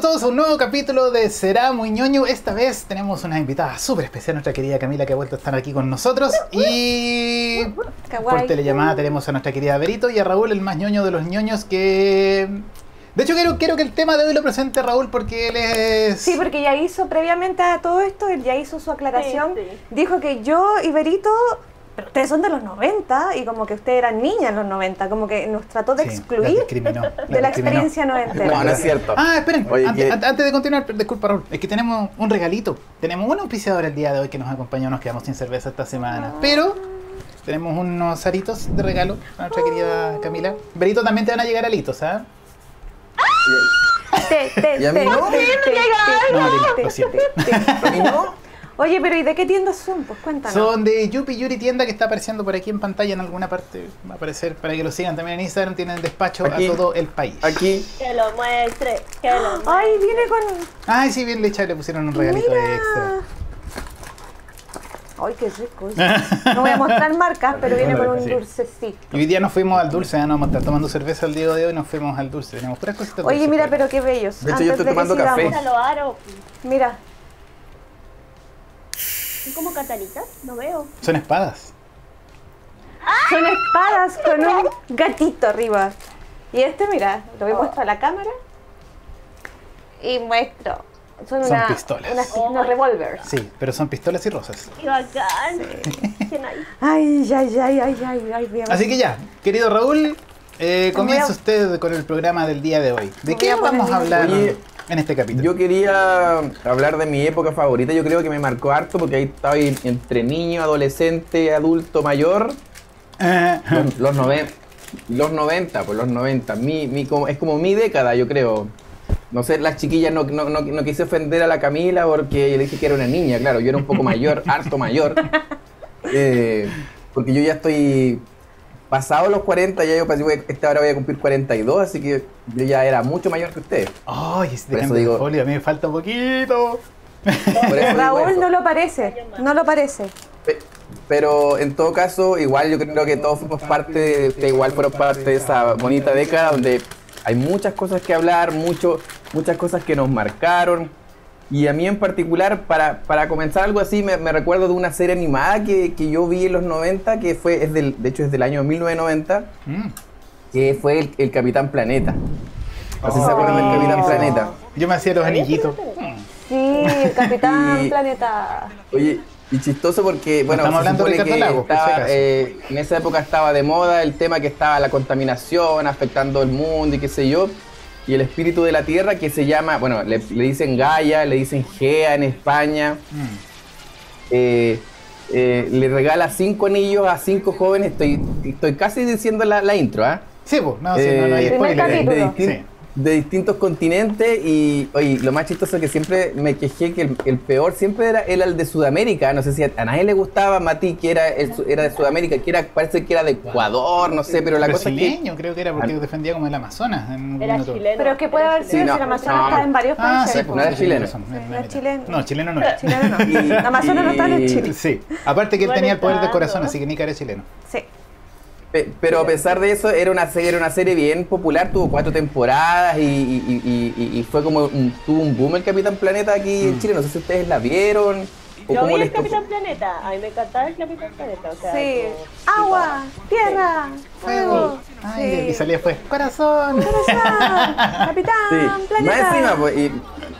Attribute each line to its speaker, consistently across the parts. Speaker 1: todos a un nuevo capítulo de Será Muy Ñoño. Esta vez tenemos una invitada súper especial, nuestra querida Camila, que ha vuelto a estar aquí con nosotros. Y por
Speaker 2: Kawaii.
Speaker 1: telellamada tenemos a nuestra querida Berito y a Raúl, el más ñoño de los ñoños, que... De hecho, quiero, quiero que el tema de hoy lo presente Raúl porque él es...
Speaker 2: Sí, porque ya hizo previamente a todo esto, él ya hizo su aclaración.
Speaker 3: Sí, sí.
Speaker 2: Dijo que yo y Berito, pero ustedes son de los 90 y como que ustedes eran niñas en los 90, como que nos trató de
Speaker 1: Sí, la
Speaker 2: excluir
Speaker 1: discriminó,
Speaker 2: de la
Speaker 1: discriminó.
Speaker 2: experiencia noventera.
Speaker 4: No, no es cierto.
Speaker 1: Ah, esperen,
Speaker 4: Oye,
Speaker 1: antes,
Speaker 4: que-
Speaker 1: antes- antes de continuar, per- disculpa Raúl, es que tenemos un regalito. Tenemos un auspiciador el día de hoy que nos acompañó, nos quedamos sin cerveza esta semana. Pero tenemos unos aritos de regalo a nuestra querida Camila. Berito, también te van a llegar alitos, ¿ah?
Speaker 2: Te, te,
Speaker 4: ¿Y a mí
Speaker 2: te,
Speaker 4: no?
Speaker 2: te, te, te,
Speaker 1: No, Marina,
Speaker 2: te,
Speaker 1: lo
Speaker 2: te,
Speaker 1: siento.
Speaker 2: te.
Speaker 4: ¿Y no?
Speaker 2: Oye, pero ¿y de qué tiendas son? Pues cuéntanos.
Speaker 1: Son de Yupi Yuri Tienda que está apareciendo por aquí en pantalla en alguna parte. Va a aparecer para que lo sigan también en Instagram. Tienen despacho
Speaker 4: Aquí.
Speaker 1: a todo el país.
Speaker 4: Aquí.
Speaker 3: Que lo muestre, que lo muestre.
Speaker 2: Ay, viene con...
Speaker 1: Ay, sí, bien lecha, le pusieron un regalito extra.
Speaker 2: Mira. Ay, qué rico. No voy a mostrar marcas, pero viene con un
Speaker 1: Sí.
Speaker 2: dulcecito.
Speaker 1: Y hoy día nos fuimos al dulce, ¿ah? no vamos a estar tomando cerveza el día de hoy, nos fuimos al dulce. Tenemos puras cositas
Speaker 2: Oye,
Speaker 1: dulces
Speaker 2: mira,
Speaker 1: por
Speaker 2: pero qué bellos.
Speaker 4: De hecho, yo
Speaker 2: Antes
Speaker 4: estoy
Speaker 2: que
Speaker 4: tomando
Speaker 2: sigamos.
Speaker 4: café.
Speaker 3: Lo aro.
Speaker 2: Mira,
Speaker 3: ¿Son como catalitas? No veo.
Speaker 1: ahí. Son espadas.
Speaker 2: son espadas con un gatito arriba. Y este, mira, lo voy a mostrar a la cámara. Y muestro. Son,
Speaker 1: Son
Speaker 2: una-
Speaker 1: pistolas.
Speaker 2: unas pi-
Speaker 3: Oh
Speaker 2: unos
Speaker 3: my
Speaker 2: revólveres.
Speaker 1: Sí, pero son pistolas y rosas.
Speaker 3: Qué bacán. Qué nice.
Speaker 2: Ay, ay, ay, ay, ay, ay, voy a-
Speaker 1: Así que ya, querido Raúl, eh,
Speaker 2: Me voy
Speaker 1: comienza
Speaker 2: a-
Speaker 1: usted con el programa del día de hoy. ¿De
Speaker 2: Me
Speaker 1: qué
Speaker 2: voy a poner
Speaker 1: vamos a
Speaker 2: mi-
Speaker 1: hablar
Speaker 4: Oye,
Speaker 1: en este capítulo?
Speaker 4: Yo quería hablar de mi época favorita. Yo creo que me marcó harto porque ahí estaba ahí entre niño, adolescente, adulto, mayor.
Speaker 1: Eh,
Speaker 4: Los, los noven- Los 90, pues los 90. Mi, mi, como- es como mi década, yo creo. No sé, las chiquillas no, no, no, no quise ofender a la Camila porque yo le dije que era una niña, claro. Yo era un poco mayor, harto mayor. Eh, porque yo ya estoy pasado los 40, ya yo pasé, voy- esta hora voy a cumplir 42, así que yo ya era mucho mayor que ustedes.
Speaker 1: Ay, ese
Speaker 4: Por eso
Speaker 1: cambio de
Speaker 4: digo-
Speaker 1: folio, a mí me falta un poquito.
Speaker 4: Por eso digo
Speaker 2: Raúl
Speaker 4: eso.
Speaker 2: no lo parece, no lo parece.
Speaker 4: Pe- Pero en todo caso, igual yo creo que todos fuimos parte, de- ustedes igual fueron parte de esa bonita década donde hay muchas cosas que hablar, mucho, muchas cosas que nos marcaron. Y a mí en particular, para, para comenzar algo así, me, me recuerdo de una serie animada que, que yo vi en los 90, que fue, es del, de hecho es del año 1990,
Speaker 1: Mm.
Speaker 4: que fue el, el Capitán Planeta. No sé si se
Speaker 1: Oh.
Speaker 4: acuerdan del Capitán Planeta.
Speaker 1: Yo me hacía los anillitos. Mm.
Speaker 2: Sí, el Capitán
Speaker 4: Y-
Speaker 2: Planeta.
Speaker 4: Oye, y chistoso porque, bueno,
Speaker 1: estamos
Speaker 4: se
Speaker 1: hablando de Ricardo
Speaker 4: supone que
Speaker 1: Lagos, por si
Speaker 4: estaba,
Speaker 1: acaso.
Speaker 4: eh, en esa época estaba de moda el tema que estaba la contaminación afectando el mundo y qué sé yo. Y el espíritu de la tierra que se llama, bueno, le, le dicen Gaia, le dicen Gea en España.
Speaker 1: Mm.
Speaker 4: eh, eh, le regala cinco anillos a cinco jóvenes. Estoy, estoy casi diciendo la, la intro, ¿ah?
Speaker 1: Sí, pues, no, sí, no, no hay
Speaker 4: Eh,
Speaker 1: spoiler.
Speaker 2: Primer capítulo.
Speaker 4: de,
Speaker 2: Título.
Speaker 4: distin-
Speaker 1: Sí.
Speaker 4: de distintos continentes y oye, lo más chistoso es que siempre me quejé que el, el peor siempre era, era el de Sudamérica, no sé si a, a nadie le gustaba Mati que era, el su- era de Sudamérica, que era, parece que era de Ecuador, no sé, pero la cosa es que...
Speaker 1: Brasileño, creo que era porque defendía como el Amazonas. En un
Speaker 3: Era
Speaker 1: minuto.
Speaker 3: chileno.
Speaker 2: Pero que puede
Speaker 3: era
Speaker 2: haber sido
Speaker 3: chileno.
Speaker 4: Sí, no,
Speaker 2: si la Amazonas
Speaker 4: no.
Speaker 2: está en varios
Speaker 1: Ah,
Speaker 2: países.
Speaker 1: sí,
Speaker 2: po.
Speaker 1: pues,
Speaker 4: no era
Speaker 1: sí,
Speaker 4: chileno.
Speaker 1: tienes razón, me-
Speaker 2: No
Speaker 1: me
Speaker 2: era
Speaker 1: metí.
Speaker 2: chileno.
Speaker 1: No, chileno no era.
Speaker 2: Chileno no.
Speaker 4: Y-
Speaker 2: Amazonas no está en el
Speaker 4: y-
Speaker 2: Chile.
Speaker 1: Sí, aparte que él
Speaker 3: Bueno,
Speaker 1: tenía el poder del
Speaker 3: tanto.
Speaker 1: corazón, así que ni era chileno.
Speaker 2: Sí.
Speaker 4: Pe- Pero a pesar de eso, era una serie, era una serie bien popular, tuvo cuatro temporadas y, y- y- y- y fue como un, tuvo un boom el Capitán Planeta aquí
Speaker 1: Mm.
Speaker 4: en Chile. No sé si ustedes la vieron o
Speaker 3: Yo
Speaker 4: cómo
Speaker 3: vi el
Speaker 4: les tocó.
Speaker 3: Capitán Planeta. A mí me encantaba el Capitán Planeta. O sea,
Speaker 2: Sí.
Speaker 3: como-
Speaker 2: Agua, tierra, fuego.
Speaker 1: Ay,
Speaker 2: Sí.
Speaker 1: Y salía pues, corazón.
Speaker 2: Corazón, Capitán,
Speaker 4: Sí, más
Speaker 2: planeta.
Speaker 4: encima, pues, y,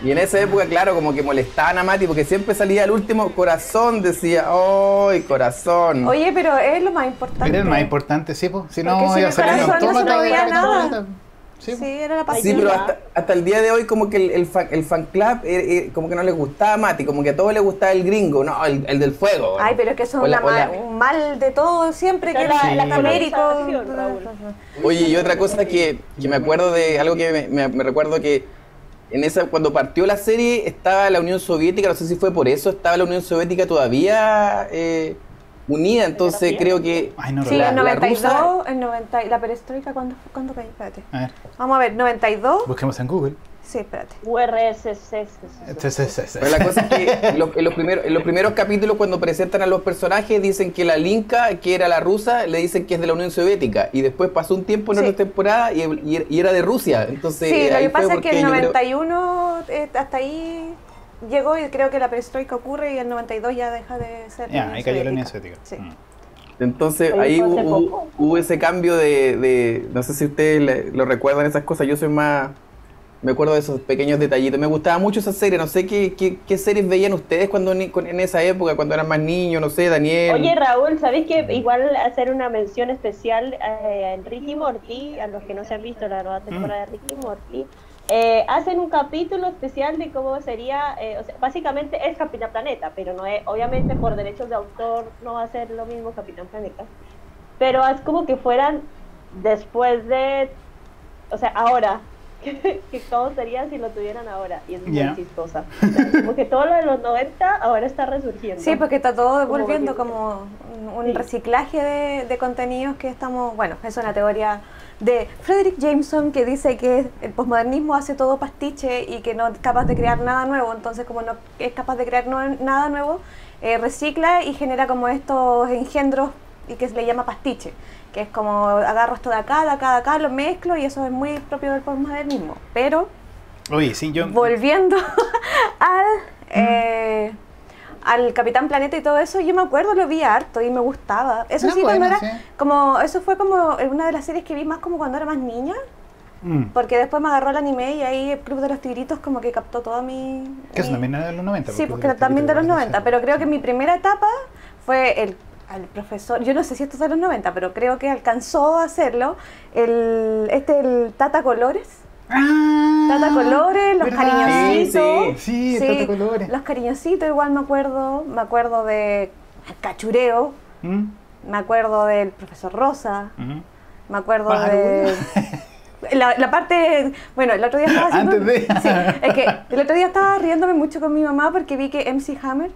Speaker 4: y en esa época, claro, como que molestaban a Mati, porque siempre salía el último corazón, decía, ¡ay, corazón!
Speaker 2: Oye, pero es lo más importante.
Speaker 1: Era el más importante, sí, pues. Si
Speaker 2: Porque
Speaker 1: no,
Speaker 2: sin
Speaker 1: iba a
Speaker 2: el
Speaker 1: salir
Speaker 2: corazón no se
Speaker 1: autómata de
Speaker 2: movía
Speaker 1: Capitán
Speaker 2: nada.
Speaker 1: Planeta. Sí,
Speaker 2: Sí,
Speaker 1: pues.
Speaker 2: era la
Speaker 4: sí,
Speaker 2: pasión.
Speaker 4: pero hasta, hasta el día de hoy, como que el, el fan, el fan club, eh, eh, como que no le gustaba a Mati, como que a todos les gustaba el gringo, no, el, el del fuego.
Speaker 2: Ay, pero es que eso es
Speaker 4: Hola,
Speaker 2: una ma-
Speaker 4: hola.
Speaker 2: un mal de todo siempre que
Speaker 3: Sí.
Speaker 2: era
Speaker 3: La-
Speaker 1: la
Speaker 2: Latinoamérica.
Speaker 3: colonización, Raúl.
Speaker 4: Oye, y otra cosa que, que me acuerdo de algo que me- me- me recuerdo que en esa cuando partió la serie estaba la Unión Soviética, no sé si fue por eso, estaba la Unión Soviética todavía eh, unida, entonces
Speaker 3: ¿Pero
Speaker 4: creo que
Speaker 1: Ay, no
Speaker 2: Sí,
Speaker 1: La-
Speaker 2: el
Speaker 1: la
Speaker 2: 92, el 90, y la perestroika, ¿cuándo, cuándo cayó? Espérate.
Speaker 1: A ver,
Speaker 2: Vamos a ver, 92,
Speaker 1: busquemos en Google.
Speaker 2: Sí, espérate.
Speaker 3: URSS.
Speaker 1: Sí, sí, sí, sí.
Speaker 4: Pero la cosa es que en los, en los primeros, en los primeros capítulos, cuando presentan a los personajes, dicen que la Linka, que era la rusa, le dicen que es de la Unión Soviética. Y después pasó un tiempo en
Speaker 2: Sí.
Speaker 4: otra temporada y, y- y era de Rusia. Entonces,
Speaker 2: Sí, lo
Speaker 4: ahí
Speaker 2: que
Speaker 4: fue
Speaker 2: pasa es que
Speaker 4: porque
Speaker 2: el
Speaker 4: yo creo-
Speaker 2: 91 eh, hasta ahí llegó y creo que la perestroika ocurre y el 92 ya deja de ser.
Speaker 1: Ya,
Speaker 2: Unión
Speaker 1: ahí cayó la Unión
Speaker 2: Soviética.
Speaker 1: Soviética.
Speaker 2: Sí.
Speaker 1: Mm.
Speaker 4: Entonces
Speaker 3: Ahí
Speaker 4: ahí
Speaker 3: fue hace
Speaker 4: hubo,
Speaker 3: poco.
Speaker 4: hubo ese cambio de, de- No sé si ustedes le- lo recuerdan esas cosas. Yo soy más. Me acuerdo de esos pequeños detallitos. Me gustaba mucho esa serie. No sé qué, qué, qué series veían ustedes cuando ni- con- en esa época, cuando eran más niños. No sé, Daniel.
Speaker 3: Oye Raúl, ¿sabéis que igual hacer una mención especial eh, a Ricky y Morty, a los que no se han visto la nueva temporada de Ricky y Morty? eh, hacen un capítulo especial de cómo sería, eh, o sea, básicamente es Capitán Planeta, pero no es, obviamente por derechos de autor no va a ser lo mismo Capitán Planeta, pero es como que fueran después de, o sea, ahora, que cómo sería si lo tuvieran ahora, y es muy
Speaker 1: Ya.
Speaker 3: chistosa. O sea, como que todo lo de los 90 ahora está resurgiendo.
Speaker 2: Sí, porque está todo
Speaker 3: Como
Speaker 2: devolviendo
Speaker 3: que-
Speaker 2: como un, un
Speaker 3: Sí.
Speaker 2: reciclaje de, de contenidos que estamos, bueno, es una teoría de Frederick Jameson que dice que el posmodernismo hace todo pastiche y que no es capaz de crear nada nuevo, entonces como no es capaz de crear no- nada nuevo, eh, recicla y genera como estos engendros y que se le llama pastiche, que es como agarro esto de acá, de acá, de acá, lo mezclo y eso es muy propio del posmodernismo, pero
Speaker 1: Oye, sí, yo.
Speaker 2: volviendo al,
Speaker 1: Mm.
Speaker 2: eh, al Capitán Planeta y todo eso, yo me acuerdo, lo vi harto y me gustaba. Eso
Speaker 1: Ah,
Speaker 2: sí,
Speaker 1: bueno,
Speaker 2: cuando era,
Speaker 1: sí.
Speaker 2: como, eso fue como una de las series que vi más como cuando era más niña,
Speaker 1: Mm.
Speaker 2: porque después me agarró el anime y ahí el Club de los Tigritos como que captó toda mi...
Speaker 1: Que eso
Speaker 2: mi-
Speaker 1: también era de los 90.
Speaker 2: Sí, porque también de los 90, pero creo que mi primera etapa fue el al profesor, yo no sé si esto es de los 90, pero creo que alcanzó a hacerlo, el, este, el Tata Colores,
Speaker 1: ¡Ah!
Speaker 2: Tata Colores, los
Speaker 1: ¿verdad?
Speaker 2: cariñositos.
Speaker 1: Sí,
Speaker 4: Sí,
Speaker 2: Sí,
Speaker 1: Tata Colores.
Speaker 2: Los cariñositos igual me acuerdo, me acuerdo de Cachureo,
Speaker 1: Mm,
Speaker 2: me acuerdo del profesor Rosa,
Speaker 1: mm.
Speaker 2: me acuerdo
Speaker 1: Pájaro.
Speaker 2: de... La, la parte, bueno, el otro día estaba haciendo-
Speaker 1: Antes de-
Speaker 2: Sí, es que el otro día estaba riéndome mucho con mi mamá porque vi que MC Hammer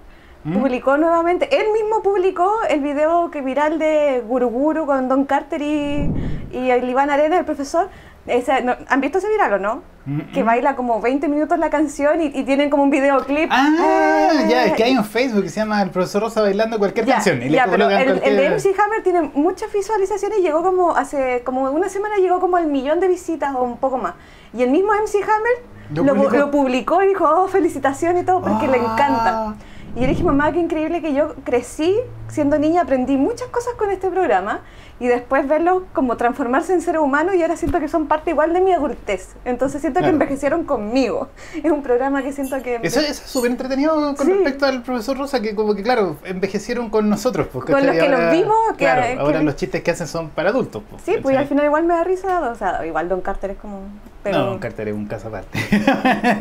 Speaker 1: ¿Mm?
Speaker 2: publicó nuevamente, él mismo publicó el video que viral de Guru Guru con Don Carter y, y el Iván Arena, el profesor. Ese- no- ¿Han visto ese viral o no?
Speaker 1: Mm,
Speaker 2: que
Speaker 1: mm.
Speaker 2: baila como 20 minutos la canción y, y tienen como un videoclip.
Speaker 1: Ah,
Speaker 2: Eh,
Speaker 1: ya, es que hay un Facebook que se llama El Profesor Rosa bailando cualquier
Speaker 2: ya,
Speaker 1: canción. Y
Speaker 2: ya,
Speaker 1: le
Speaker 2: pero
Speaker 1: colocan
Speaker 2: el, el
Speaker 1: cualquier...
Speaker 2: de MC Hammer tiene muchas visualizaciones, llegó como hace como una semana llegó como al millón de visitas o un poco más. Y el mismo MC
Speaker 1: Lo
Speaker 2: Hammer lo, pu-
Speaker 1: publicó.
Speaker 2: lo publicó y dijo, oh, felicitaciones y todo, porque le
Speaker 1: Ah.
Speaker 2: encanta. Y yo le dije, mamá, qué increíble que yo crecí siendo niña, aprendí muchas cosas con este programa y después verlos como transformarse en seres humanos y ahora siento que son parte igual de mi adultez. Entonces siento
Speaker 1: Claro.
Speaker 2: que envejecieron conmigo. Es un programa que siento que...
Speaker 1: Eso, eso es súper entretenido con
Speaker 2: Sí.
Speaker 1: respecto al profesor Rosa, que como que claro, envejecieron con nosotros. Pues,
Speaker 2: Con los
Speaker 1: ¿cachai?
Speaker 2: que los
Speaker 1: Ahora-
Speaker 2: vimos, que-
Speaker 1: claro,
Speaker 2: que-
Speaker 1: ahora los chistes que hacen son para adultos. Pues,
Speaker 2: Sí, pues y
Speaker 1: ¿cachai?
Speaker 2: al final igual me da risa, o sea, igual Don Carter es como... Pero...
Speaker 1: No, un cartel es un caso aparte.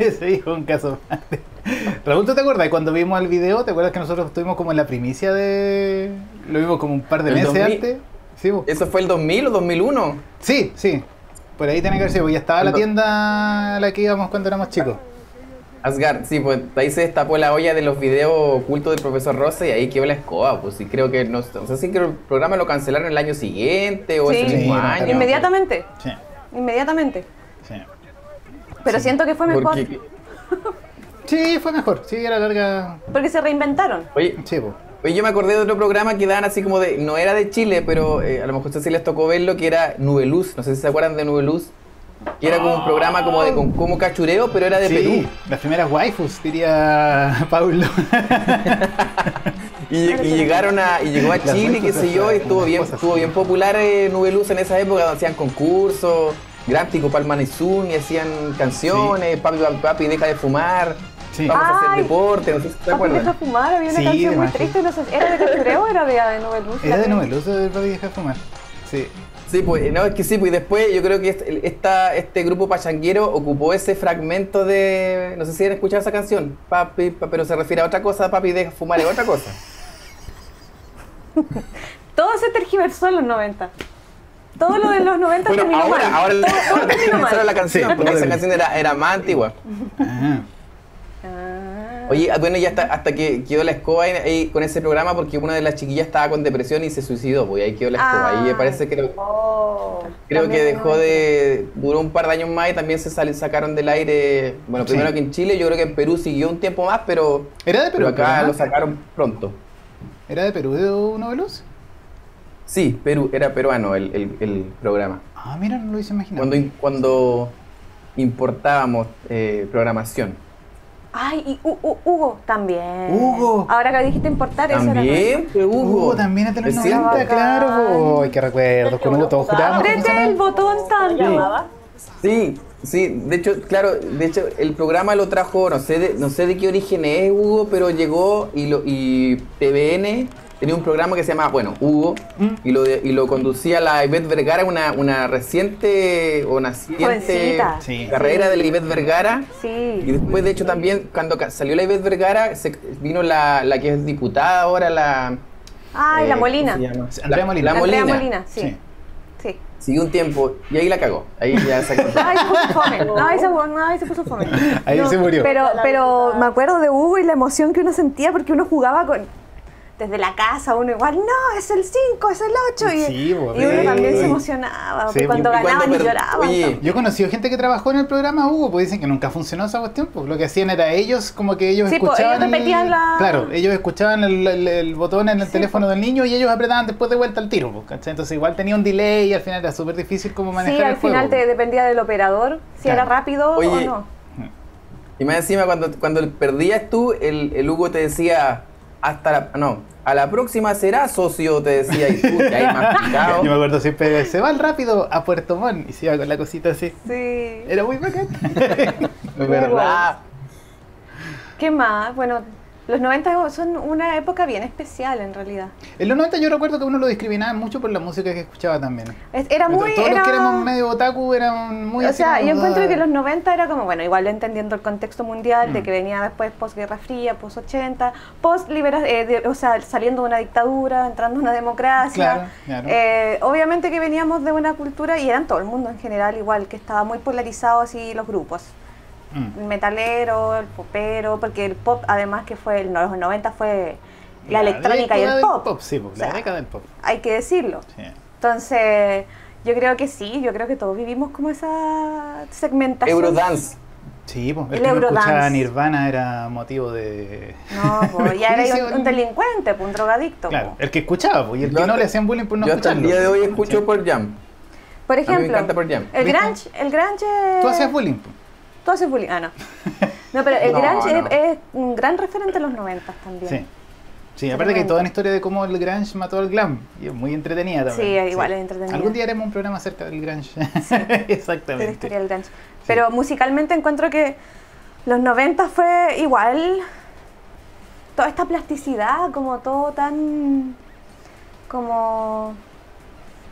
Speaker 1: Ese dijo un caso aparte. Raúl, ¿tú te acuerdas? Cuando vimos el video, ¿te acuerdas que nosotros estuvimos como en la primicia de. Lo vimos como un par de
Speaker 4: El
Speaker 1: meses
Speaker 4: 2000.
Speaker 1: antes? Sí, vos.
Speaker 4: ¿Eso fue el 2000 o 2001?
Speaker 1: sí, sí. Por ahí tiene que haber sido, porque ya estaba la
Speaker 4: No.
Speaker 1: tienda a la que íbamos cuando éramos chicos.
Speaker 4: Asgard, sí, pues ahí se destapó la olla de los videos ocultos del profesor Rosa y ahí quedó la escoba, pues sí creo que no, no sé si creo que el programa lo cancelaron el año siguiente o
Speaker 2: Sí.
Speaker 4: ese mismo
Speaker 1: Sí,
Speaker 4: año.
Speaker 1: no,
Speaker 2: Inmediatamente,
Speaker 1: Sí,
Speaker 2: inmediatamente.
Speaker 1: sí.
Speaker 2: Pero siento que fue mejor
Speaker 4: Porque-
Speaker 1: Sí, fue mejor. Sí, era larga.
Speaker 2: porque se reinventaron.
Speaker 4: oye,
Speaker 1: Sí, pues. vos.
Speaker 4: oye, yo me acordé de otro programa que daban así como de, no era de Chile, pero eh, a lo mejor a ustedes sí les tocó verlo, que era Nube Luz, no sé si se acuerdan de Nube Luz, que era como un programa como de con- como cachureo, pero era de
Speaker 1: sí,
Speaker 4: Perú.
Speaker 1: las primeras waifus, diría Paulo.
Speaker 4: Y, lleg- y llegaron a, y llegó a
Speaker 1: Las
Speaker 4: Chile, qué sé yo, y estuvo bien,
Speaker 1: cosas.
Speaker 4: estuvo bien popular eh, Nube Luz en esa época, hacían concursos, gráficos para el y hacían canciones, papi, papi, papi, deja de fumar,
Speaker 1: Sí.
Speaker 4: vamos a hacer
Speaker 2: Ay.
Speaker 4: deporte, no sé si
Speaker 2: Papi,
Speaker 4: te
Speaker 2: deja
Speaker 4: acuerdas.
Speaker 2: fumar, había una
Speaker 1: Sí,
Speaker 2: canción muy
Speaker 1: demás.
Speaker 2: triste, no sé, ¿era de Cachureo o era de, de Nube Luz?
Speaker 1: Era de
Speaker 2: También.
Speaker 1: novela, uso de Papi Deja Fumar. Sí.
Speaker 4: Sí, pues, no, es que sí, pues, y después yo creo que este, esta- este grupo pachanguero ocupó ese fragmento de, no sé si han escuchado esa canción, papi, pa- pero se refiere a otra cosa, papi, deja fumar, es otra cosa.
Speaker 2: Todo se tergiversó en los 90. Todo lo de los 90
Speaker 4: Bueno,
Speaker 2: terminó
Speaker 4: ahora,
Speaker 2: mal.
Speaker 4: ahora,
Speaker 2: todo, todo terminó
Speaker 4: ahora
Speaker 2: mal.
Speaker 4: la canción,
Speaker 1: Sí,
Speaker 4: porque esa
Speaker 1: probablemente.
Speaker 4: canción era, era más antigua.
Speaker 1: Ah.
Speaker 2: Ah.
Speaker 4: Oye, ah, bueno, ya hasta, hasta que quedó la escoba ahí- ahí con ese programa porque una de las chiquillas estaba con depresión y se suicidó, pues y ahí quedó la escoba.
Speaker 2: Ah.
Speaker 4: Ahí me parece que lo-
Speaker 3: Oh.
Speaker 4: Creo que
Speaker 2: También
Speaker 4: dejó de. duró un par de años más y también se sal- sacaron del aire. Bueno,
Speaker 1: Sí.
Speaker 4: primero que en Chile, yo creo que en Perú siguió un tiempo más, pero,
Speaker 1: ¿Era de Perú?
Speaker 4: Eh, pero acá
Speaker 1: ¿no?
Speaker 4: lo sacaron pronto.
Speaker 1: ¿Era de Perú de uno veloz?
Speaker 4: Sí, Perú, era peruano el, el- el programa.
Speaker 1: Ah, mira, no lo hice imaginar.
Speaker 4: Cuando, in- cuando importábamos eh, programación.
Speaker 2: Ay, y Hu- Hu- Hugo también.
Speaker 1: Hugo.
Speaker 2: Ahora que dijiste importar Ah, eso era nuevo.
Speaker 4: También, pues, Hugo.
Speaker 1: Hugo Uh, también es de los
Speaker 4: Es cierto.
Speaker 1: 90, claro. Uy, qué
Speaker 4: Eh,
Speaker 1: recuerdos. Con Hugo todos jurábamos. que
Speaker 2: Apriete el
Speaker 1: funcionaba.
Speaker 2: botón
Speaker 3: ¿Cómo
Speaker 2: también.
Speaker 3: llamaba?
Speaker 4: Sí, sí, de hecho, claro, de hecho el programa lo trajo, no sé de, no sé de qué origen es Hugo, pero llegó y lo y TVN tenía un programa que se llamaba, bueno, Hugo
Speaker 1: Mm.
Speaker 4: y lo de- y lo conducía la Ivette Vergara, una una reciente o naciente
Speaker 2: Jovencita.
Speaker 1: Sí.
Speaker 4: carrera de la Ivette Vergara. Y
Speaker 2: Sí.
Speaker 4: después, de hecho, también cuando ca- salió la Ivette Vergara, se- vino la, la que es diputada ahora, la...
Speaker 2: Ay,
Speaker 4: eh,
Speaker 2: la
Speaker 4: ¿cómo
Speaker 2: Molina.
Speaker 4: se llama?
Speaker 1: Andrea
Speaker 4: La-
Speaker 1: Molina.
Speaker 4: La
Speaker 2: Andrea
Speaker 4: Molina.
Speaker 2: Molina, sí. Sí.
Speaker 4: Siguió un tiempo y ahí la cagó. Ahí ya sacó.
Speaker 2: Ay, se puso fome. No, ahí se, no, ahí se puso fome.
Speaker 1: Ahí
Speaker 2: No,
Speaker 1: se murió.
Speaker 2: Pero, pero me acuerdo de Hugo y la emoción que uno sentía porque uno jugaba con. Desde la casa, uno igual, no, es el 5, es el 8. Y,
Speaker 1: Sí, bo,
Speaker 2: y uno
Speaker 1: sí.
Speaker 2: también se emocionaba.
Speaker 1: Sí,
Speaker 2: cuando
Speaker 1: y
Speaker 4: cuando
Speaker 2: ganaban y
Speaker 4: per-
Speaker 2: lloraban.
Speaker 4: Oye,
Speaker 1: Yo he conocido gente que trabajó en el programa Hugo, pues dicen que nunca funcionó esa cuestión. Pues lo que hacían era ellos, como que ellos
Speaker 2: Sí, pues,
Speaker 1: escuchaban.
Speaker 2: ellos repetían
Speaker 1: el,
Speaker 2: la- pues.
Speaker 1: Claro, ellos escuchaban el, el- el botón en el teléfono del niño y ellos apretaban después de vuelta el tiro. pues, ¿cachai? Entonces igual tenía un delay y al final era súper difícil como manejar
Speaker 2: Sí,
Speaker 1: el
Speaker 2: al
Speaker 1: juego. pues.
Speaker 2: final te dependía del operador, si
Speaker 1: Claro.
Speaker 2: era rápido o
Speaker 4: Oye,
Speaker 2: no.
Speaker 4: Y más encima, cuando, cuando perdías tú, el, el Hugo te decía, hasta la, no, a la próxima será socio, te decía, y tú, que ahí más picado.
Speaker 1: Yo me acuerdo siempre, de, se va al rápido a Puerto Montt y se iba con la cosita así.
Speaker 2: Sí.
Speaker 1: Era muy bacán.
Speaker 4: Es verdad.
Speaker 2: ¿Qué más? Bueno, los 90 son una época bien especial en realidad.
Speaker 1: En los 90 yo recuerdo que uno lo discriminaban mucho por la música que escuchaba también.
Speaker 2: Es- Era muy...
Speaker 1: Todos
Speaker 2: era-
Speaker 1: los que éramos medio otaku eran muy
Speaker 2: o
Speaker 1: así
Speaker 2: sea,
Speaker 1: como,
Speaker 2: yo encuentro
Speaker 1: "Ah".
Speaker 2: que los 90 era como, bueno, igual entendiendo el contexto mundial de
Speaker 1: Mm.
Speaker 2: que venía después posguerra fría, post 80, post libera, eh, de- o sea, saliendo de una dictadura, entrando a una democracia.
Speaker 1: Claro, claro.
Speaker 2: Eh, obviamente que veníamos de una cultura y eran todo el mundo en general igual, que estaba muy polarizado así los grupos.
Speaker 1: Mm.
Speaker 2: el metalero, el popero, porque el pop además que fue el, los 90 fue la, electrónica y
Speaker 1: década del
Speaker 2: el pop.
Speaker 1: sí, pues,
Speaker 2: O sea,
Speaker 1: la década del pop.
Speaker 2: Hay que decirlo.
Speaker 1: Sí.
Speaker 2: Entonces, yo creo que sí, yo creo que todos vivimos como esa segmentación.
Speaker 4: Eurodance.
Speaker 1: Sí, pues, el,
Speaker 2: El
Speaker 1: que no
Speaker 2: Eurodance.
Speaker 1: escuchaba Nirvana era motivo de...
Speaker 2: No, po, ya era
Speaker 1: Juicio.
Speaker 2: un, un delincuente, po, un drogadicto. po.
Speaker 1: Claro, el que escuchaba, pues, y el
Speaker 4: Yo
Speaker 1: que no
Speaker 4: hasta-
Speaker 1: le hacían bullying por no
Speaker 4: Yo hasta el
Speaker 1: escucharlo.
Speaker 4: día de hoy escucho por Jam.
Speaker 2: Por
Speaker 4: A mí me
Speaker 2: ejemplo,
Speaker 4: encanta Pearl Jam.
Speaker 2: el
Speaker 1: ¿Viste?
Speaker 2: grunge, el grunge
Speaker 1: Tú
Speaker 2: es-
Speaker 1: hacías bullying, pues.
Speaker 2: Tú haces bullying. Ah, no. No, pero el
Speaker 4: No,
Speaker 2: grunge
Speaker 4: no.
Speaker 2: Es, es un gran referente a los 90 también.
Speaker 1: Sí. Sí, aparte que hay toda una historia de cómo el grunge mató al glam. Y es muy entretenida también.
Speaker 2: Sí, igual es entretenida.
Speaker 1: Algún día haremos un programa acerca del grunge.
Speaker 2: de la
Speaker 1: Exactamente.
Speaker 2: historia del grunge. Pero musicalmente encuentro que los 90 fue igual. Toda esta plasticidad, como todo tan. como.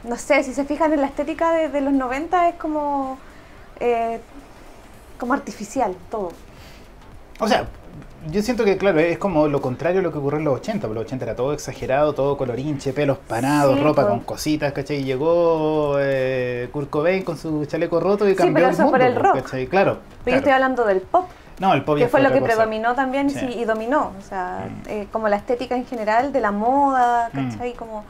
Speaker 2: No sé, si se fijan en la estética de, de los 90 es como. eh, como artificial todo.
Speaker 1: O sea, yo siento que, claro, es como lo contrario a lo que ocurrió en los 80. porque Los 80 era todo exagerado, todo colorinche, pelos panados,
Speaker 2: Sí,
Speaker 1: ropa
Speaker 2: po.
Speaker 1: con cositas, ¿cachai? Y llegó eh, Kurt Cobain con su chaleco roto y
Speaker 2: Sí,
Speaker 1: cambió
Speaker 2: pero
Speaker 1: el
Speaker 2: eso
Speaker 1: mundo,
Speaker 2: por el
Speaker 1: po,
Speaker 2: rock.
Speaker 1: ¿cachai? Claro.
Speaker 2: Pero yo estoy
Speaker 1: claro.
Speaker 2: hablando del pop,
Speaker 1: No, el pop ya
Speaker 2: que fue lo
Speaker 1: otra
Speaker 2: que
Speaker 1: cosa.
Speaker 2: predominó también
Speaker 1: Sí.
Speaker 2: sí, y dominó. O sea, eh, como la estética en general de la moda,
Speaker 1: Mm.
Speaker 2: ¿cachai? Como,